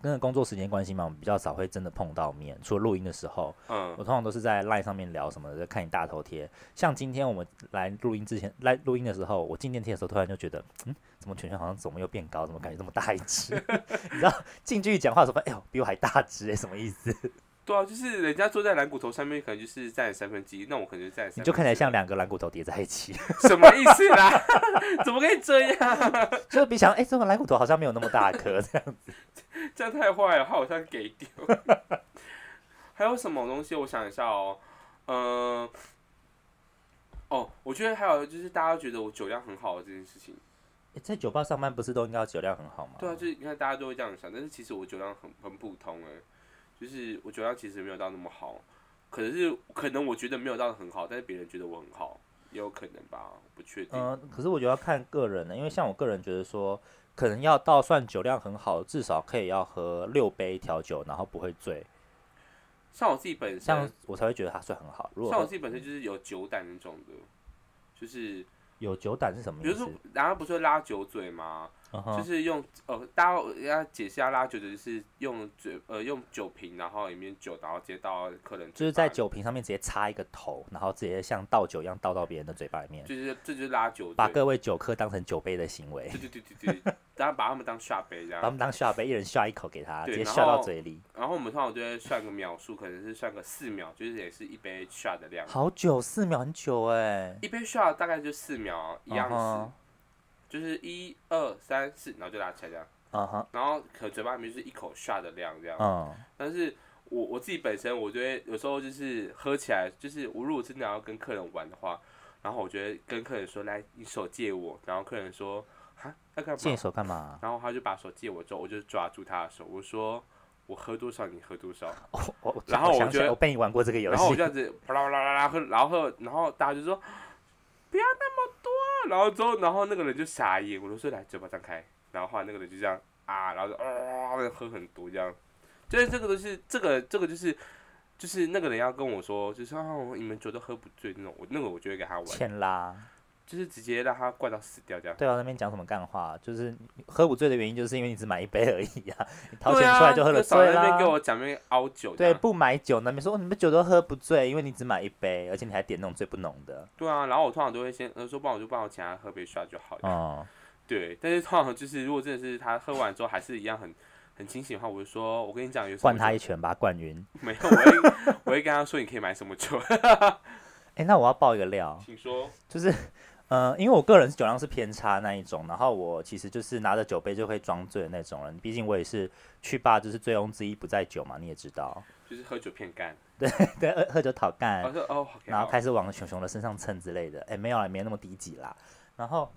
Speaker 1: 那个工作时间关系嘛，我们比较少会真的碰到面，除了录音的时候。
Speaker 2: 嗯
Speaker 1: 我通常都是在 LINE 上面聊什么的，看你大头贴。像今天我们来录音之前，来录音的时候，我进电梯的时候，突然就觉得，嗯，怎么圈圈好像怎么又变高，怎么感觉这么大一只？ 你知道近距离讲话的时候，发现哎呦，比我还大只哎、什么意思？
Speaker 2: 对啊，就是人家坐在蓝骨头上面，可能就是占三分之一，那我可能就占三分之
Speaker 1: 你
Speaker 2: 二。
Speaker 1: 就看起来像两个蓝骨头叠在一起，
Speaker 2: 什么意思啦？ 怎么可以这样？
Speaker 1: 就是比想，哎、这个蓝骨头好像没有那么 大颗 这样。
Speaker 2: 这样太坏了，害我像给丢。 还有什么东西？我想一下哦，嗯、哦，我觉得还有就是大家觉得我酒量很好的这件事情，
Speaker 1: 诶在酒吧上班不是都应该酒量很好吗？
Speaker 2: 对啊，就是你看大家都会这样想，但是其实我酒量很很普通哎、就是我酒量其实没有到那么好，可能是可能我觉得没有到很好，但是别人觉得我很好，也有可能吧，我不确定。
Speaker 1: 嗯、可是我觉得要看个人的，因为像我个人觉得说，可能要到算酒量很好，至少可以要喝六杯调酒，然后不会醉。
Speaker 2: 像我自己本身，
Speaker 1: 像我才会觉得他算很好。如果嗯
Speaker 2: 像我自己本身就是有酒胆那种的，就是
Speaker 1: 有酒胆嗯是什么
Speaker 2: 比如
Speaker 1: 意思
Speaker 2: 说？，然后不是会拉酒嘴吗？
Speaker 1: 嗯
Speaker 2: 就
Speaker 1: 哼，
Speaker 2: 是用呃，大家要解释一下拉酒嘴，就是用嘴呃用酒瓶，然后里面酒，然后直接倒到客人
Speaker 1: 就
Speaker 2: 嘴
Speaker 1: 是
Speaker 2: 巴
Speaker 1: 在
Speaker 2: 里，
Speaker 1: 酒瓶上面直接插一个头，然后直接像倒酒一样倒到别人的嘴巴里面，
Speaker 2: 就是这就是拉酒
Speaker 1: 把
Speaker 2: 嘴，
Speaker 1: 各位酒客当成酒杯的行为，
Speaker 2: 对对对对 对，然后把他们当下杯这
Speaker 1: 把他
Speaker 2: 样。
Speaker 1: 们当下杯，一人下一口给他，
Speaker 2: 对
Speaker 1: 直接
Speaker 2: 然
Speaker 1: 下到
Speaker 2: 后
Speaker 1: 嘴里。
Speaker 2: 然后我们通常就会算个秒数，可能是算个四秒，就是也是一杯 shot 的量，
Speaker 1: 好久，四秒很久哎、
Speaker 2: 一杯 shot 大概就四秒，一样
Speaker 1: 嗯
Speaker 2: 是，
Speaker 1: 哼
Speaker 2: 就是一二三四，然后就拉起来这样，
Speaker 1: 嗯哼，
Speaker 2: 然后可能嘴巴里面就是一口 shot 的量这样。
Speaker 1: 嗯，
Speaker 2: 但是我我自己本身，我觉得有时候就是喝起来，就是我如果真的要跟客人玩的话，然后我觉得跟客人说，来，你手借我，然后客人说，哈，要干
Speaker 1: 借
Speaker 2: 嘛？
Speaker 1: 手干嘛？
Speaker 2: 然后他就把手借我之后，我就抓住他的手，我说我喝多少你喝多少，
Speaker 1: 我我
Speaker 2: 然后
Speaker 1: 我
Speaker 2: 我
Speaker 1: 想起
Speaker 2: 觉
Speaker 1: 来
Speaker 2: 得
Speaker 1: 我被你玩过这个游
Speaker 2: 然后我
Speaker 1: 戏
Speaker 2: 这，样子啪啦啪啦啪啦喝，然后喝，然后大家就说不要那么多，然后之后然后那个人就傻眼，我就说来嘴巴张开，然后后来那个人就这样啊，然后就啊、喝很多这样，就是这个都是这个这个就是就是那个人要跟我说，就是啊你们酒都喝不醉那种，我那个我就会给他玩，
Speaker 1: 欠拉。
Speaker 2: 就是直接让他灌到死掉这样。
Speaker 1: 对啊，那边讲什么干话？就是你喝不醉的原因，就是因为你只买一杯而已啊，你掏钱
Speaker 2: 对
Speaker 1: 出来就喝了
Speaker 2: 啊、少在
Speaker 1: 醉
Speaker 2: 那
Speaker 1: 啦。
Speaker 2: 边给我讲那啊边凹酒这
Speaker 1: 对，
Speaker 2: 样，
Speaker 1: 不买酒那边说、哦、你们酒都喝不醉，因为你只买一杯，而且你还点那种最不浓的。
Speaker 2: 对啊，然后我通常都会先呃说，不然我就帮我请他喝杯 shot 就好了。
Speaker 1: 哦、
Speaker 2: 对，但是通常就是如果真的是他喝完之后还是一样很很清醒的话，我就说，我跟你讲，有什么
Speaker 1: 灌他
Speaker 2: 酒
Speaker 1: 一拳，把他灌晕。
Speaker 2: 没有，我会我会跟他说你可以买什么酒，
Speaker 1: 诶，那我要爆一个料，
Speaker 2: 请说。
Speaker 1: 就是呃，因为我个人是酒量是偏差那一种，然后我其实就是拿着酒杯就会装醉的那种人，毕竟我也是去吧就是醉翁之意不在酒嘛，你也知道，
Speaker 2: 就是喝酒骗干，
Speaker 1: 对，喝喝酒讨干，
Speaker 2: 我说哦，OK，
Speaker 1: 嗯然后
Speaker 2: 好
Speaker 1: 开始往熊熊的身上蹭之类的。哎、没有啦，没那么低级啦。然后，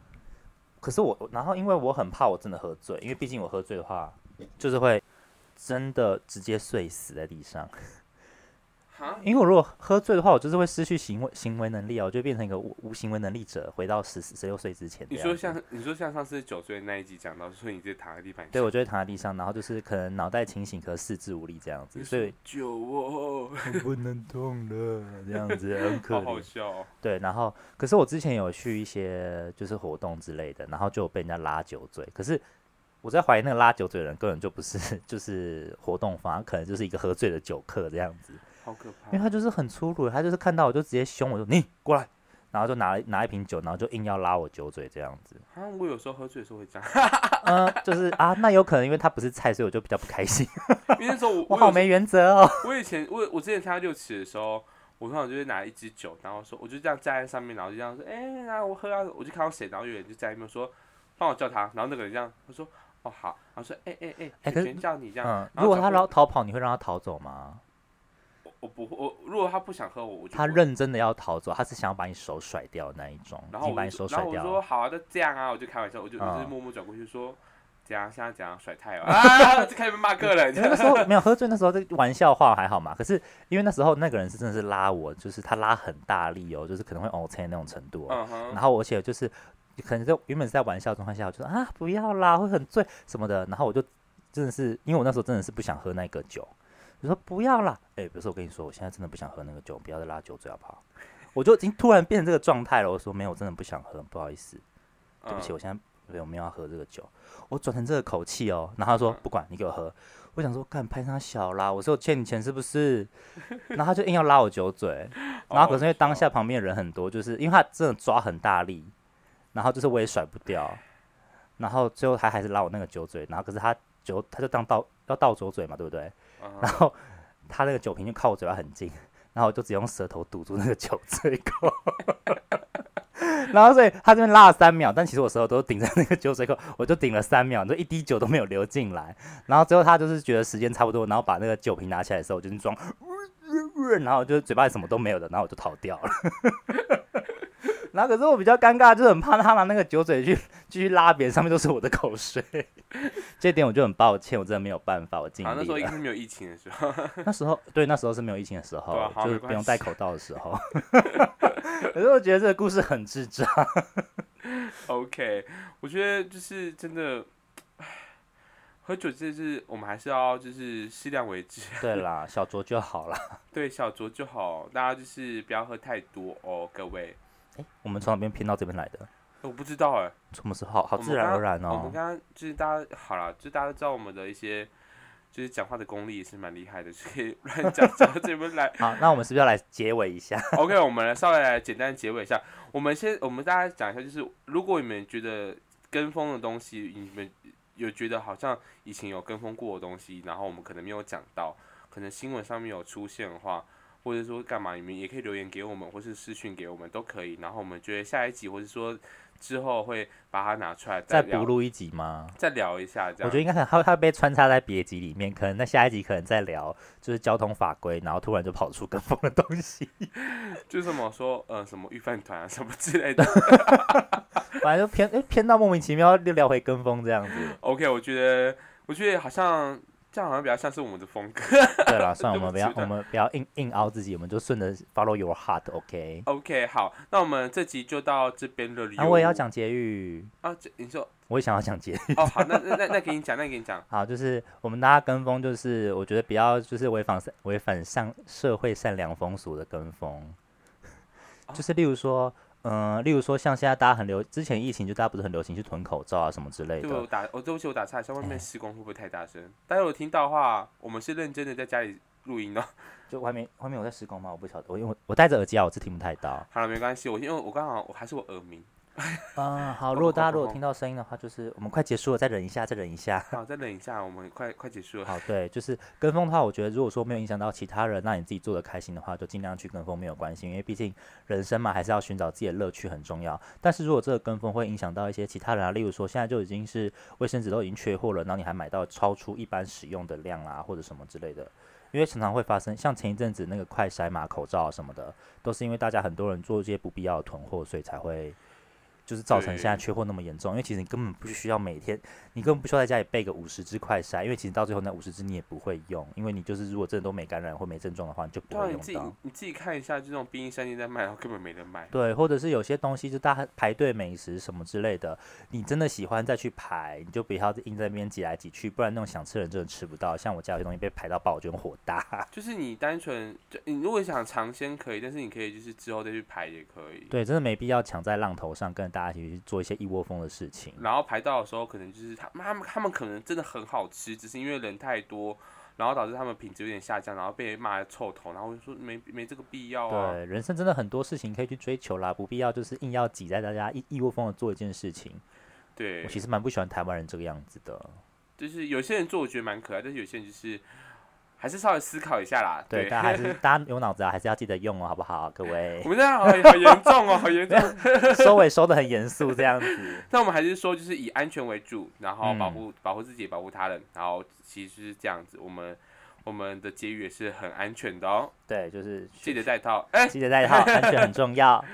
Speaker 1: 可是我，然后因为我很怕我真的喝醉，因为毕竟我喝醉的话，就是会真的直接睡死在地上。
Speaker 2: 哈，
Speaker 1: 因为我如果喝醉的话，我就是会失去行为行为能力啊，我就会变成一个无无行为能力者，回到十十六岁之前这
Speaker 2: 你
Speaker 1: 样子。
Speaker 2: 说像你说像上次酒醉那一集讲到，说你直接躺在地板上，
Speaker 1: 对，我就会躺在地上，然后就是可能脑袋清醒，可是四肢无力这样子，
Speaker 2: 你
Speaker 1: 所
Speaker 2: 说
Speaker 1: 以
Speaker 2: 酒哦，
Speaker 1: 不能动了，这样子很可
Speaker 2: 好
Speaker 1: 怜
Speaker 2: 好。笑哦，
Speaker 1: 对，然后可是我之前有去一些就是活动之类的，然后就有被人家拉酒醉。可是我在怀疑那个拉酒醉的人根本就不是 就是活动方，他可能就是一个喝醉的酒客这样子，
Speaker 2: 好可怕
Speaker 1: 因为。他就是很粗鲁，他就是看到我就直接凶我说你过来，然后就拿拿一瓶酒，然后就硬要拉我酒嘴这样子。
Speaker 2: 啊，我有时候喝醉的时候会这样，
Speaker 1: 嗯、就是啊，那有可能因为他不是菜，所以我就比较不开心，
Speaker 2: 因为那时候我
Speaker 1: 我
Speaker 2: 我
Speaker 1: 好
Speaker 2: 有
Speaker 1: 没原则哦。
Speaker 2: 我以前我我之前参加六期的时候，我通常就会拿一支酒，然后说我就这样站在上面，然后就这样说，哎、那我喝啊，我就看到谁，然后有人就在那边说，帮我叫他，然后那个人这样，他说，哦好，然后说，哎哎哎，
Speaker 1: 哎可
Speaker 2: 全
Speaker 1: 是
Speaker 2: 全叫你这样，
Speaker 1: 嗯，
Speaker 2: 然后
Speaker 1: 如果
Speaker 2: 转
Speaker 1: 他
Speaker 2: 过
Speaker 1: 要逃跑，你会让他逃走吗？
Speaker 2: 我我不会，我如果他不想喝我，我就
Speaker 1: 他
Speaker 2: 不会
Speaker 1: 认真的要逃走，他是想要把你手甩掉的那一种，
Speaker 2: 然
Speaker 1: 已
Speaker 2: 后
Speaker 1: 经把
Speaker 2: 我
Speaker 1: 你手
Speaker 2: 就
Speaker 1: 甩
Speaker 2: 然后我
Speaker 1: 掉。
Speaker 2: 就说好啊，那这样啊，我就开玩笑，我就我就
Speaker 1: 嗯
Speaker 2: 是默默转过去说，怎样现在怎样甩太 阳啊，就开始骂个人，
Speaker 1: 因为那时候没有喝醉，那时候这玩笑话还好嘛。可是因为那时候那个人是真的是拉我，就是他拉很大力哦，就是可能会 O K 那种程度、哦。
Speaker 2: 嗯哼，
Speaker 1: 然后而且就是可能在原本是在玩笑状况下，我就说啊不要啦，会很醉什么的。然后我就真的是因为我那时候真的是不想喝那个酒，我说不要啦，哎、不是我跟你说，我现在真的不想喝那个酒，不要再拉酒醉好不好？我就已经突然变成这个状态了。我说没有，我真的不想喝，不好意思。对不起，
Speaker 2: 嗯
Speaker 1: 我现在对我没有要喝这个酒，我转成这个口气哦。然后他说
Speaker 2: 嗯
Speaker 1: 不管你给我喝，我想说干拍他小啦，我说我欠你钱是不是？然后他就硬要拉我 酒嘴，然后可是
Speaker 2: 哦
Speaker 1: 因为当下旁边的人很多，就是因为他真的抓很大力，然后就是我也甩不掉，然后最后他还是拉我那个酒嘴，然后可是他酒他就当倒要倒酒嘴嘛，对不对？
Speaker 2: 嗯
Speaker 1: 然后他那个酒瓶就靠我嘴巴很近，然后我就只用舌头堵住那个酒醉口，然后所以他这边拉了三秒，但其实我舌头都顶在那个酒嘴口，我就顶了三秒，就一滴酒都没有流进来。然后最后他就是觉得时间差不多，然后把那个酒瓶拿起来的时候，我就是装，然后就是嘴巴里什么都没有的，然后我就逃掉了。 然后可是我比较尴尬，就是很怕他拿那个酒嘴去继续拉别人，上面都是我的口水， 这点我就很抱歉，我真的没有办法，我尽力
Speaker 2: 好像
Speaker 1: 了。
Speaker 2: 那时候应该是没有疫情的时候，
Speaker 1: 那时候对，那时候是没有疫情的时候，
Speaker 2: 对啊好
Speaker 1: 就是
Speaker 2: 没
Speaker 1: 不用
Speaker 2: 关
Speaker 1: 戴
Speaker 2: 系
Speaker 1: 口罩的 时候。 可是我觉得这个故事很智障。
Speaker 2: OK，我觉得就是真的，喝酒就是我们还是要就是适量为止，
Speaker 1: 对啦，小酌就好啦。
Speaker 2: 对，小酌就好，大家就是不要喝太多哦，各位。
Speaker 1: 我们从哪边偏到这边来的？
Speaker 2: 我不知道哎、
Speaker 1: 什么时候？好
Speaker 2: 我们
Speaker 1: 自然
Speaker 2: 刚
Speaker 1: 而然
Speaker 2: 我
Speaker 1: 哦
Speaker 2: 们。刚刚就是大家好了，就大家都知道我们的一些就是讲话的功力也是蛮厉害的，就可以 乱讲讲到这边来。
Speaker 1: 好，那我们是不是要来结尾一下？
Speaker 2: OK，我们来稍微来简单结尾一下。我们先，我们大家讲一下，就是如果你们觉得跟风的东西，你们有觉得好像以前有跟风过的东西，然后我们可能没有讲到，可能新闻上面有出现的话，或者说干嘛，你们也可以留言给我们，或是私讯给我们都可以。然后我们觉得下一集，或者说之后会把它拿出来
Speaker 1: 再
Speaker 2: 聊
Speaker 1: 补，录一集吗？
Speaker 2: 再聊一下这
Speaker 1: 我
Speaker 2: 样
Speaker 1: 觉得。应该很，它它会被穿插在别集里面，可能那下一集可能再聊，就是交通法规，然后突然就跑出跟风的东西，
Speaker 2: 就是什么说呃什么预饭团啊什么之类的。
Speaker 1: 反正就偏、诶偏到莫名其妙又聊回跟风这样子。
Speaker 2: OK，我觉得我觉得好像这样好像比较像是我们的风格。
Speaker 1: 对啦，算了我
Speaker 2: 对不
Speaker 1: 们不
Speaker 2: 起
Speaker 1: 要
Speaker 2: 对
Speaker 1: 我们不要硬硬凹自己，我们就顺着 follow your heart，OK、
Speaker 2: OK，好，那我们这集就到这边了。
Speaker 1: 啊然后我也要讲节育，
Speaker 2: 啊，这你说
Speaker 1: 我也想要讲节育。
Speaker 2: 哦，好，那那那那给你讲，那给你 讲，
Speaker 1: 好，就是我们大家跟风，就是我觉得比较就是违反善违反上社会善良风俗的跟风， 就是例如说，嗯、例如说像现在大家很流，之前疫情就大家不是很流行去囤口罩啊什么之类
Speaker 2: 对我
Speaker 1: 的。哎
Speaker 2: 打，我、对不起，我打岔一下，外面施工会不会太大声？大家有听到的话，我们是认真的在 家里录音哦。
Speaker 1: 就外面外面有在施工吗？我不晓得，我因为我我戴着耳机啊，我是听不太到。
Speaker 2: 好了，没关系，我因为我刚好我还是我耳鸣，
Speaker 1: 嗯，好，如果大家如果听到声音的话，就是我们快结束了，再忍一下，再忍一下。
Speaker 2: 好，再忍一下，我们快 快结束了。
Speaker 1: 好，对，就是跟风的话，我觉得如果说没有影响到其他人，那你自己做的开心的话，就尽量去跟风没有关系，因为毕竟人生嘛，还是要寻找自己的乐趣很重要。但是如果这个跟风会影响到一些其他人啊，例如说现在就已经是卫生纸都已经缺货了，然后你还买到超出一般使用的量啦、或者什么之类的。因为常常会发生，像前一阵子那个快筛码、口罩啊什么的，都是因为大家很多人做一些不必要的囤货，所以才会就是造成现在
Speaker 2: 对
Speaker 1: 缺货那么严重。因为其实你根本不需要每天，你根本不需要在家里备个五十支快筛，因为其实到最后那五十支你也不会用，因为你就是如果真的都没感染或没症状的话，你就不
Speaker 2: 对啊，
Speaker 1: 会
Speaker 2: 你
Speaker 1: 用
Speaker 2: 自己
Speaker 1: 到。
Speaker 2: 你自己看一下，就这种冰山店在卖，然后根本没人买。
Speaker 1: 对，或者是有些东西就大家排队美食什么之类的，你真的喜欢再去排，你就不要硬在那边挤来挤去，不然那种想吃的人真的吃不到。像我家有些东西被排到爆，我就很火大。
Speaker 2: 就是你单纯，就你如果想尝鲜可以，但是你可以就是之后再去排也可以。
Speaker 1: 对，真的没必要抢在浪头上跟大家一起去做一些一窝蜂的事情。
Speaker 2: 然后排到的时候，可能就是他他们他们可能真的很好吃，只是因为人太多，然后导致他们品质有点下降，然后被骂臭头，然后我就说没没这个必要啊。
Speaker 1: 对，人生真的很多事情可以去追求啦，不必要就是硬要挤在大家一一窝蜂的做一件事情。
Speaker 2: 对
Speaker 1: 我，其实蛮不喜欢台湾人这个样子的。
Speaker 2: 就是有些人做我觉得蛮可爱，但是有些人就是还是稍微思考一下啦。
Speaker 1: 对，
Speaker 2: 对，
Speaker 1: 大家 还是大家有脑子啊，还是要记得用哦，好不好？各位
Speaker 2: 我，们这样好好严重哦，好严重。
Speaker 1: 收尾收的很严肃这样子。
Speaker 2: 那我们还是说，就是以安全为主，然后
Speaker 1: 嗯
Speaker 2: 保护、保护自己，保护他人，然后其实是这样子，我们我们的结语也是很安全的哦，
Speaker 1: 对，就是
Speaker 2: 记得带套。哎、
Speaker 1: 记得带套，安全很重 要。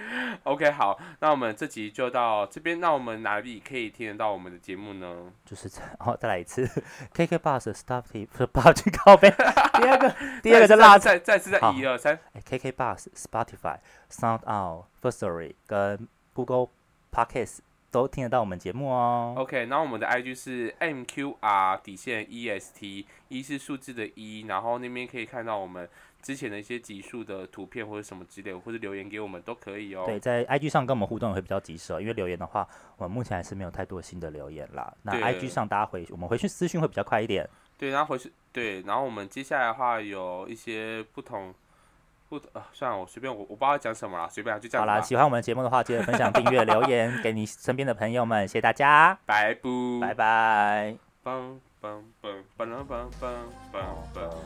Speaker 2: o k 好，那我们这集就到这边，那我们哪里可以听得到我们的节目呢？
Speaker 1: 就是在哦，再来一次。KK Bus 的 Stuff Tip 不是跑去靠背。第二个，第二个
Speaker 2: 再
Speaker 1: 在辣
Speaker 2: 再再次在
Speaker 1: 好
Speaker 2: 一二三，
Speaker 1: 哎，KK Box、Spotify、Sound On、First Story 跟 Google Podcast 都听得到我们节目哦。
Speaker 2: OK，那我们的 IG 是 MQR 底线 E EST，一是数字的一，然后那边可以看到我们之前的一些集数的图片或者什么之类，或者留言给我们都可以哦。
Speaker 1: 对，在 IG 上跟我们互动也会比较及时哦，因为留言的话，我们目前还是没有太多新的留言啦。那
Speaker 2: 对
Speaker 1: IG 上大家回我们回去私讯会比较快一点。
Speaker 2: 对，然后回去对，然后我们接下来的话有一些不同不同啊，算了，我随便我我不知道要讲什么啦，随便啊就这样
Speaker 1: 好
Speaker 2: 子吧
Speaker 1: 啦，喜欢我们的节目的话，记得分享、订 阅、留言给你身边的朋友们，谢谢大家，
Speaker 2: 拜不，
Speaker 1: 拜拜。
Speaker 2: 梆梆梆梆梆梆梆梆梆。